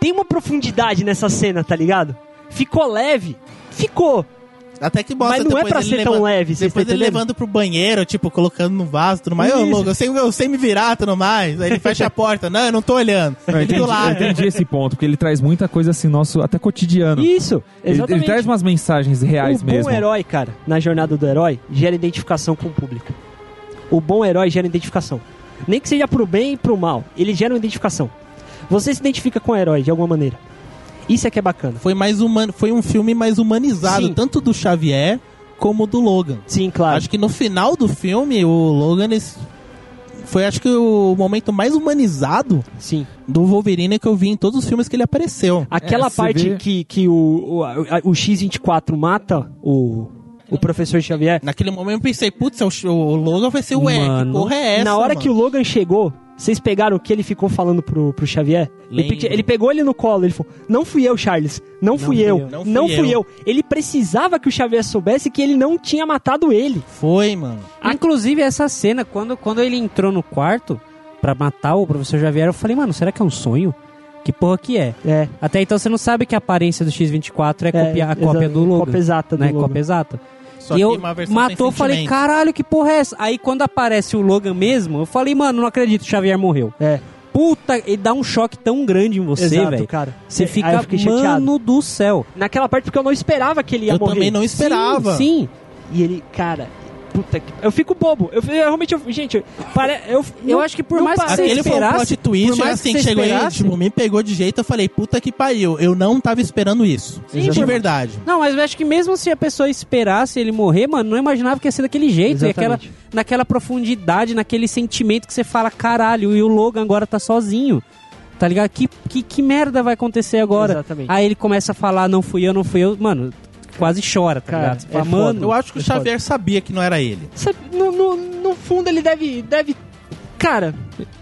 Speaker 5: tem uma profundidade nessa cena, tá ligado? Ficou leve. Ficou.
Speaker 3: Até que bosta
Speaker 5: Mas não é
Speaker 3: depois
Speaker 5: pra
Speaker 3: ele
Speaker 5: ser tão leve, vocês
Speaker 3: Depois
Speaker 5: tão
Speaker 3: ele
Speaker 5: entendendo?
Speaker 3: levando pro banheiro, tipo, colocando no vaso, tudo mais. Ô,
Speaker 5: Isso.
Speaker 3: louco, eu sei, eu sei me virar, tudo mais. Aí ele fecha a porta. Não, eu não tô olhando.
Speaker 6: Não, eu,
Speaker 3: Fica
Speaker 6: entendi,
Speaker 3: do
Speaker 6: eu
Speaker 3: lado.
Speaker 6: entendi esse ponto, porque ele traz muita coisa assim, nosso, até cotidiano.
Speaker 5: Isso.
Speaker 6: Ele, tá
Speaker 5: Exatamente.
Speaker 6: ele traz umas mensagens reais
Speaker 5: o bom
Speaker 6: mesmo.
Speaker 5: herói, cara, na jornada do herói, gera identificação com o público. O bom herói gera identificação. Nem que seja pro bem e pro mal, ele gera uma identificação. Você se identifica com o herói de alguma maneira. Isso é que é bacana.
Speaker 3: Foi, mais humano, foi um filme mais humanizado,
Speaker 5: Sim.
Speaker 3: tanto do Xavier como do Logan.
Speaker 5: Sim, claro.
Speaker 3: Acho que no final do filme, o Logan ele foi, acho que, o momento mais humanizado
Speaker 5: Sim.
Speaker 3: do Wolverine que eu vi em todos os filmes que ele apareceu.
Speaker 5: Aquela
Speaker 6: É, você
Speaker 5: parte
Speaker 6: vê-
Speaker 5: que, que o, o, a- o X-24 mata o, o professor Xavier.
Speaker 3: Naquele momento eu pensei, putz, é o, o Logan vai ser o Ué, que
Speaker 4: Mano,
Speaker 3: porra é essa?
Speaker 5: na hora
Speaker 3: mano?
Speaker 5: que o Logan chegou, vocês pegaram o que ele ficou falando pro, pro Xavier? Ele,
Speaker 3: Lembro.
Speaker 5: pe- ele pegou ele no colo, ele falou: Não fui eu, Charles. Não fui eu. Não, fui, eu. Ele precisava que o Xavier soubesse que ele não tinha matado ele.
Speaker 3: Foi, mano.
Speaker 4: Ah, Inclusive, essa cena, quando, quando ele entrou no quarto pra matar o professor Xavier, eu falei, mano, será que é um sonho? Que porra que é?
Speaker 5: É.
Speaker 4: Até então você não sabe que a aparência do X-24 é, copia- a cópia
Speaker 5: exa-
Speaker 4: do Logan.
Speaker 5: Cópia exata do
Speaker 4: né?
Speaker 5: Logan.
Speaker 4: Cópia exata.
Speaker 3: Só
Speaker 4: e
Speaker 3: que
Speaker 4: eu
Speaker 3: uma versão sem
Speaker 4: matou, falei,
Speaker 3: sentimento.
Speaker 4: caralho, que porra é essa? Aí quando aparece o Logan mesmo, eu falei, mano, não acredito, o Xavier morreu.
Speaker 5: É,
Speaker 4: Puta, ele dá um choque tão grande em você,
Speaker 5: exato,
Speaker 4: velho.
Speaker 5: cara.
Speaker 4: Você
Speaker 5: É,
Speaker 4: fica,
Speaker 5: aí eu fiquei chateado.
Speaker 4: mano do céu.
Speaker 5: Naquela parte porque eu não esperava que ele ia
Speaker 3: Eu
Speaker 5: morrer.
Speaker 3: também não esperava.
Speaker 4: Sim, sim.
Speaker 5: E ele, cara, puta que. Eu fico bobo. Eu, eu realmente. eu- gente, eu, pare, eu,
Speaker 4: Eu acho que por
Speaker 5: não
Speaker 4: mais que
Speaker 5: parece-
Speaker 4: você
Speaker 3: Aquele foi um
Speaker 4: esperasse,
Speaker 3: plot
Speaker 4: por
Speaker 3: twist,
Speaker 4: mais
Speaker 3: assim,
Speaker 4: que
Speaker 3: que
Speaker 4: você
Speaker 3: chegou aí,
Speaker 4: esperasse-
Speaker 3: tipo, me pegou de jeito, eu falei, puta que pariu, eu não tava esperando isso.
Speaker 4: Sim,
Speaker 3: de
Speaker 4: por-
Speaker 3: verdade.
Speaker 4: Não, mas eu acho que mesmo se a pessoa esperasse ele morrer, mano, não imaginava que ia ser daquele jeito. E aquela,
Speaker 5: Exatamente.
Speaker 4: naquela profundidade, naquele sentimento que você fala, caralho, e o Logan agora tá sozinho. Tá ligado? Que, que, que merda vai acontecer agora?
Speaker 5: Exatamente.
Speaker 4: Aí ele começa a falar, não fui eu, não fui eu. Mano, quase chora, tá
Speaker 5: Cara,
Speaker 4: ligado? Você fala,
Speaker 5: é foda.
Speaker 4: mano,
Speaker 3: Eu acho que o Xavier sabia que não era ele.
Speaker 5: Sabe, no, no, no fundo ele deve. deve. Cara,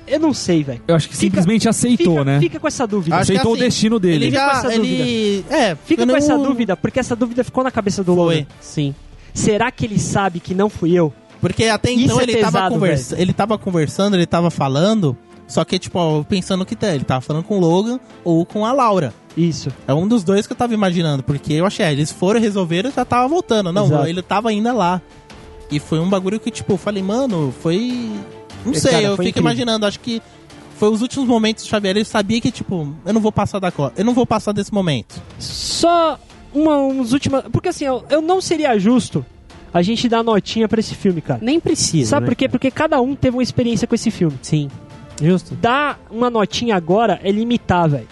Speaker 5: eu não sei, velho.
Speaker 6: Eu acho que
Speaker 5: Fica-
Speaker 6: simplesmente aceitou,
Speaker 5: Fica,
Speaker 6: né?
Speaker 5: fica com essa dúvida.
Speaker 3: Acho que
Speaker 6: aceitou
Speaker 3: assim,
Speaker 6: o destino dele.
Speaker 3: Ele já.
Speaker 5: essa
Speaker 3: Ele. É,
Speaker 5: Fica
Speaker 3: eu
Speaker 5: com
Speaker 3: não-
Speaker 5: essa dúvida, porque essa dúvida ficou na cabeça do
Speaker 3: Foi.
Speaker 5: Logan.
Speaker 4: sim.
Speaker 5: Será que ele sabe que não fui eu?
Speaker 3: Porque até
Speaker 5: Isso
Speaker 3: então
Speaker 5: é
Speaker 3: ele, tava
Speaker 5: pesado,
Speaker 3: conversa- ele tava conversando, ele tava falando, só que, tipo, ó, pensando que tá, ele tava falando com o Logan ou com a Laura.
Speaker 5: Isso.
Speaker 3: É um dos dois que eu tava imaginando, porque eu achei, ah, eles foram resolver e já tava voltando. Não,
Speaker 5: Exato.
Speaker 3: ele tava ainda lá. E foi um bagulho que, tipo, eu falei, mano, foi. Não
Speaker 5: É,
Speaker 3: sei,
Speaker 5: cara,
Speaker 3: eu
Speaker 5: foi
Speaker 3: fico
Speaker 5: incrível.
Speaker 3: imaginando, acho que foi os últimos momentos do Xavier, ele sabia que, tipo, eu não vou passar da cota, eu não vou passar desse momento.
Speaker 5: Só uma, uns últimas. Porque assim, eu, eu não seria justo a gente dá notinha pra esse filme, cara.
Speaker 7: Nem precisa.
Speaker 5: Sabe
Speaker 7: né?
Speaker 5: por quê? Porque cada um teve uma experiência com esse filme.
Speaker 7: Sim. Justo.
Speaker 5: Dar uma notinha agora é limitar, velho.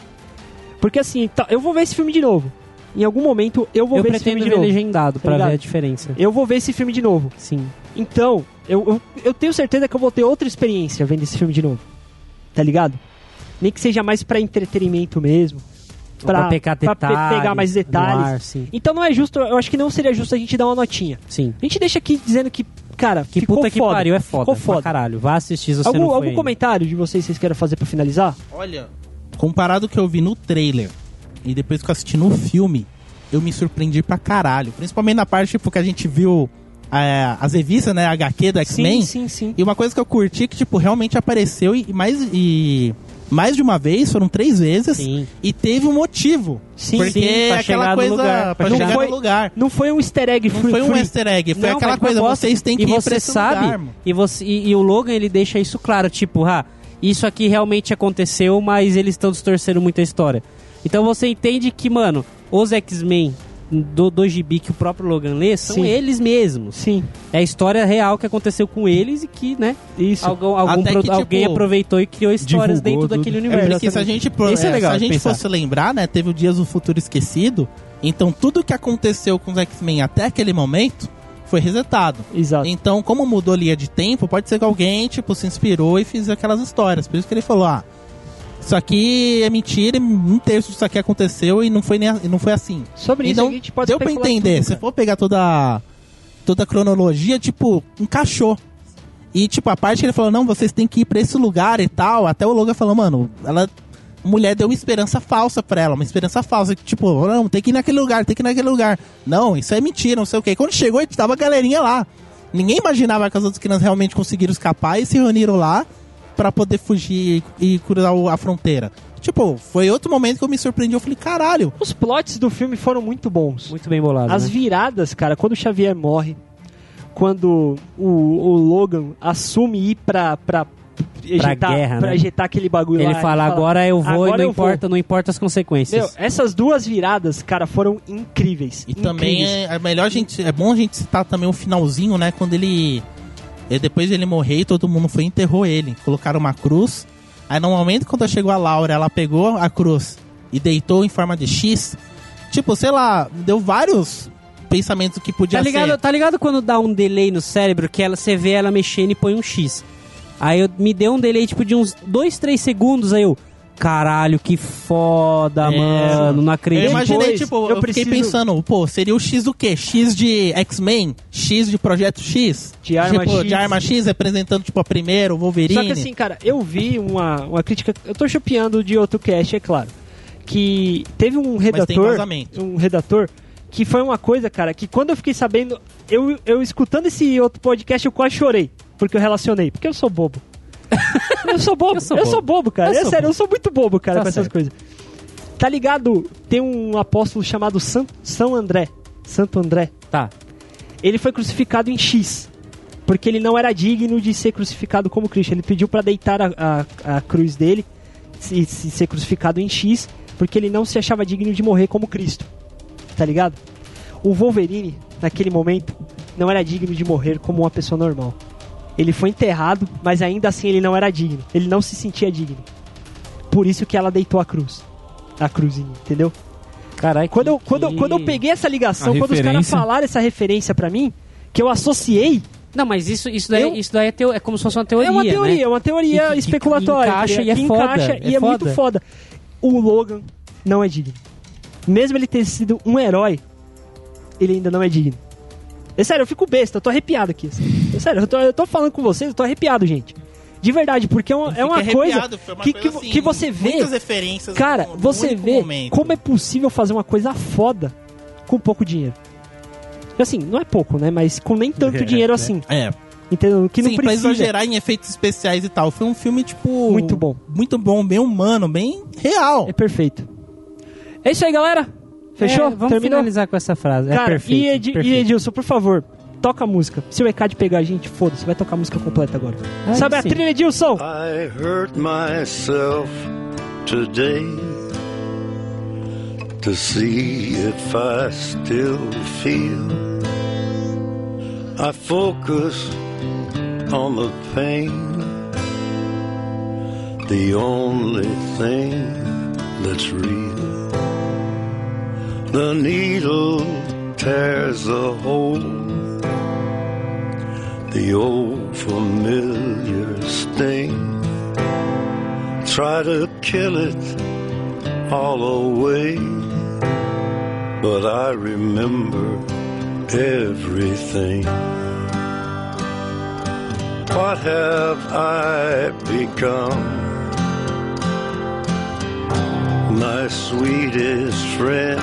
Speaker 5: Porque assim, tá- eu vou ver esse filme de novo. Em algum momento eu vou
Speaker 7: eu
Speaker 5: ver esse filme
Speaker 7: pretendo
Speaker 5: de
Speaker 7: ver
Speaker 5: novo. Tá
Speaker 7: legendado pra
Speaker 5: ligado?
Speaker 7: ver a diferença.
Speaker 5: Eu vou ver esse filme de novo.
Speaker 7: Sim.
Speaker 5: Então, eu, eu, eu tenho certeza que eu vou ter outra experiência vendo esse filme de novo. Tá ligado? Nem que seja mais pra entretenimento mesmo.
Speaker 7: Ou Pra, pegar
Speaker 5: pra pe-
Speaker 7: detalhes.
Speaker 5: pegar mais
Speaker 7: no
Speaker 5: detalhes.
Speaker 7: ar, sim.
Speaker 5: Então não é justo, eu acho que não seria justo a gente dar uma notinha.
Speaker 7: Sim.
Speaker 5: A gente deixa aqui dizendo que, cara,
Speaker 7: Que
Speaker 5: ficou
Speaker 7: puta que
Speaker 5: foda.
Speaker 7: pariu, é foda.
Speaker 5: Ficou
Speaker 7: pra
Speaker 5: foda.
Speaker 7: caralho, vá assistir se você
Speaker 5: algum
Speaker 7: não foi
Speaker 5: algum
Speaker 7: ainda.
Speaker 5: comentário de vocês que vocês querem fazer pra finalizar?
Speaker 3: Olha, comparado ao que eu vi no trailer e depois que eu assisti no filme, eu me surpreendi pra caralho. Principalmente na parte porque a gente viu é, as revistas, né? HQ do X-Men.
Speaker 5: sim, sim.
Speaker 3: E uma coisa que eu curti que, tipo, realmente apareceu e e mais, e mais de uma vez, foram três vezes,
Speaker 7: Sim.
Speaker 3: e teve um motivo.
Speaker 5: Sim,
Speaker 3: porque
Speaker 7: sim, pra chegar
Speaker 3: aquela
Speaker 7: no
Speaker 3: coisa
Speaker 7: lugar, pra
Speaker 3: pra
Speaker 5: chegar
Speaker 3: chegar
Speaker 5: no
Speaker 3: no lugar.
Speaker 5: Não foi um easter egg
Speaker 3: Não
Speaker 5: free,
Speaker 3: foi um
Speaker 5: free.
Speaker 3: easter egg, foi
Speaker 7: Não,
Speaker 3: aquela
Speaker 7: mas eu
Speaker 3: coisa,
Speaker 7: gosto.
Speaker 3: vocês têm que
Speaker 7: e
Speaker 3: ir
Speaker 7: você
Speaker 3: pra esse
Speaker 7: sabe,
Speaker 3: lugar, mano.
Speaker 7: E, você, e, e o Logan, ele deixa isso claro, tipo, ah, isso aqui realmente aconteceu, mas eles estão distorcendo muito a história. Então você entende que, mano, os X-Men do, do gibi que o próprio Logan lê, são
Speaker 5: Sim.
Speaker 7: eles mesmos.
Speaker 5: Sim,
Speaker 7: É a história real que aconteceu com eles e que, né,
Speaker 5: isso.
Speaker 7: algum, algum
Speaker 3: Até
Speaker 7: pro-
Speaker 3: que, tipo,
Speaker 7: alguém aproveitou e criou histórias
Speaker 4: divulgou
Speaker 7: dentro daquele
Speaker 3: É
Speaker 7: universo.
Speaker 3: porque se a gente, pro-
Speaker 7: Isso é
Speaker 3: é,
Speaker 7: legal
Speaker 3: se a
Speaker 7: de
Speaker 3: gente
Speaker 7: pensar.
Speaker 3: fosse lembrar, né? Teve o Dias do Futuro Esquecido. Então tudo que aconteceu com os X-Men até aquele momento foi resetado.
Speaker 5: Exato.
Speaker 3: Então, como mudou linha de tempo, pode ser que alguém, tipo, se inspirou e fez aquelas histórias. Por isso que ele falou, ah, isso aqui é mentira, e um terço disso aqui aconteceu e não foi, nem, a- e não foi assim.
Speaker 5: Sobre isso
Speaker 3: Então,
Speaker 5: a gente pode
Speaker 3: Deu pra
Speaker 5: especular
Speaker 3: entender.
Speaker 5: tudo, né?
Speaker 3: Se
Speaker 5: cara.
Speaker 3: for pegar toda, toda a cronologia, tipo, encaixou. E, tipo, a parte que ele falou, não, vocês têm que ir pra esse lugar e tal. Até o Logan falou, mano, ela... A mulher deu uma esperança falsa pra ela, uma esperança falsa. que Tipo, não, tem que ir naquele lugar, tem que ir naquele lugar. Não, isso é mentira, não sei o quê. Quando chegou, tava a galerinha lá. Ninguém imaginava que as outras crianças realmente conseguiram escapar e se reuniram lá pra poder fugir e cruzar o- a fronteira. Tipo, foi outro momento que eu me surpreendi. Eu falei, caralho,
Speaker 5: Os plots do filme foram muito bons.
Speaker 7: Muito bem bolado.
Speaker 5: As
Speaker 7: né?
Speaker 5: viradas, cara, quando o Xavier morre, quando o, o Logan assume ir pra. pra ejetar,
Speaker 7: guerra,
Speaker 5: pra
Speaker 7: né?
Speaker 5: ejetar aquele bagulho
Speaker 7: Ele
Speaker 5: lá.
Speaker 7: fala, agora eu vou
Speaker 5: "Agora
Speaker 7: e não
Speaker 5: eu vou."
Speaker 7: importa, não importa as
Speaker 5: Meu,
Speaker 7: consequências.
Speaker 5: essas duas viradas, cara, foram incríveis.
Speaker 3: E também
Speaker 5: incríveis.
Speaker 3: é, é melhor a gente. É bom a gente citar também o finalzinho, né? Quando ele. é, depois de ele morrer, e todo mundo foi e enterrou ele. Colocaram uma cruz. Aí no momento quando chegou a Laura, ela pegou a cruz e deitou em forma de X. Tipo, sei lá, deu vários pensamentos que podia
Speaker 7: Tá ligado,
Speaker 3: ser.
Speaker 7: tá ligado quando dá um delay no cérebro que ela, você vê ela mexendo e põe um X? Aí eu, me deu um delay tipo de uns 2, 3 segundos, aí eu. Caralho, que foda,
Speaker 3: É.
Speaker 7: mano. Não acredito.
Speaker 3: Eu imaginei,
Speaker 5: Depois,
Speaker 3: tipo,
Speaker 5: eu
Speaker 3: eu, fiquei
Speaker 5: preciso-
Speaker 3: pensando, pô, seria o X do quê? X de X-Men? X de Projeto X?
Speaker 5: De arma
Speaker 3: tipo,
Speaker 5: X.
Speaker 3: de arma X representando, tipo, a primeira, o Wolverine.
Speaker 5: Só que assim, cara, eu vi uma, uma crítica. Eu tô chupiando de outro cast, é claro. Que teve um
Speaker 3: mas tem
Speaker 5: redator.
Speaker 3: vazamento.
Speaker 5: um redator. Que foi uma coisa, cara, que quando eu fiquei sabendo. Eu, eu escutando esse outro podcast, eu quase chorei. Porque eu relacionei. Porque eu sou bobo. eu sou bobo. Eu sou bobo, cara.
Speaker 7: Eu
Speaker 5: é
Speaker 7: sou
Speaker 5: sério, eu sou muito bobo, cara,
Speaker 7: Tá
Speaker 5: com essas
Speaker 7: certo.
Speaker 5: coisas. Tá ligado? Tem um apóstolo chamado San- São André. Santo André.
Speaker 7: Tá.
Speaker 5: Ele foi crucificado em X. Porque ele não era digno de ser crucificado como Cristo. Ele pediu pra deitar a, a, a cruz dele e se, ser crucificado em X. Porque ele não se achava digno de morrer como Cristo. Tá ligado? O Wolverine, naquele momento, não era digno de morrer como uma pessoa normal. Ele foi enterrado, mas ainda assim ele não era digno. Ele não se sentia digno. Por isso que ela deitou a cruz. A cruzinha, entendeu?
Speaker 7: Caralho.
Speaker 5: Quando eu,
Speaker 7: que-
Speaker 5: quando, eu- quando eu peguei essa ligação,
Speaker 6: A
Speaker 5: quando os caras
Speaker 6: referência.
Speaker 5: falaram essa referência pra mim, que eu associei,
Speaker 7: Não, mas isso, isso daí,
Speaker 5: Eu-
Speaker 7: isso daí é, teo- é como se fosse uma teoria.
Speaker 5: é uma teoria,
Speaker 7: Né?
Speaker 5: é uma teoria
Speaker 7: E que- que
Speaker 5: especulatória.
Speaker 7: encaixa
Speaker 5: entendeu?
Speaker 7: e é
Speaker 5: Que
Speaker 7: foda,
Speaker 5: encaixa
Speaker 7: é
Speaker 5: e é
Speaker 7: foda.
Speaker 5: muito foda. O Logan não é digno. Mesmo ele ter sido um herói, ele ainda não é digno. É sério, eu fico besta, eu tô arrepiado aqui. assim. É sério, eu tô, eu tô falando com vocês, eu tô arrepiado, gente. De verdade, porque é uma, é uma
Speaker 3: Fiquei
Speaker 5: coisa
Speaker 3: arrepiado, foi uma
Speaker 5: que,
Speaker 3: coisa,
Speaker 5: que,
Speaker 3: assim,
Speaker 5: que você vê.
Speaker 3: Muitas referências.
Speaker 5: Cara,
Speaker 3: num- num
Speaker 5: você
Speaker 3: único
Speaker 5: vê
Speaker 3: momento.
Speaker 5: como é possível fazer uma coisa foda com pouco dinheiro. Assim, não é pouco, né? Mas com nem tanto dinheiro assim.
Speaker 3: É,
Speaker 5: Entendeu? Que não
Speaker 3: sim, pra
Speaker 5: precisa.
Speaker 3: exagerar em efeitos especiais e tal. Foi um filme, tipo.
Speaker 5: Muito bom.
Speaker 3: Muito bom, bem humano, bem real.
Speaker 5: É perfeito. É isso aí, galera. Fechou?
Speaker 7: É, vamos
Speaker 5: Terminou?
Speaker 7: finalizar com essa frase. é
Speaker 5: Cara,
Speaker 7: perfeito.
Speaker 5: e, Edi-
Speaker 7: perfeito.
Speaker 5: e Edilson, por favor, toca a música. Se o ECAD pegar a gente, foda-se, vai tocar a música completa agora.
Speaker 7: Aí
Speaker 5: Sabe a
Speaker 7: sim.
Speaker 5: trilha, Edilson?
Speaker 8: I hurt myself today to see if I still feel I focus on the pain. The only thing that's real. The needle tears a hole. The old familiar sting. Try to kill it all away. But I remember everything. What have I become? My sweetest friend.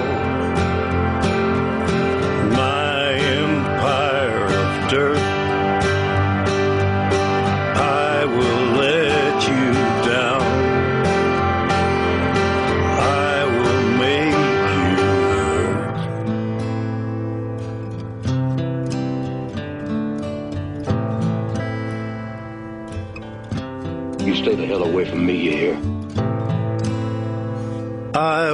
Speaker 8: My empire of dirt. I will let you down. I will make you hurt.
Speaker 9: You stay the hell away from me, you hear?
Speaker 8: I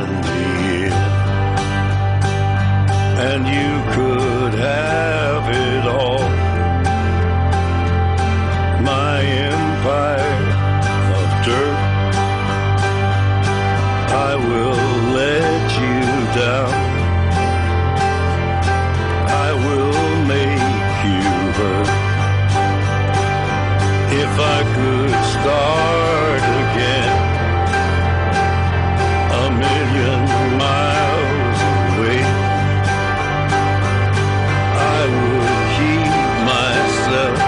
Speaker 8: the end. And you could have it all. My empire of dirt. I will let you down. I will make you hurt. If I could start again a million miles away, I would keep myself.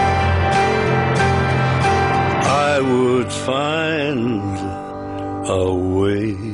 Speaker 8: I would find a way.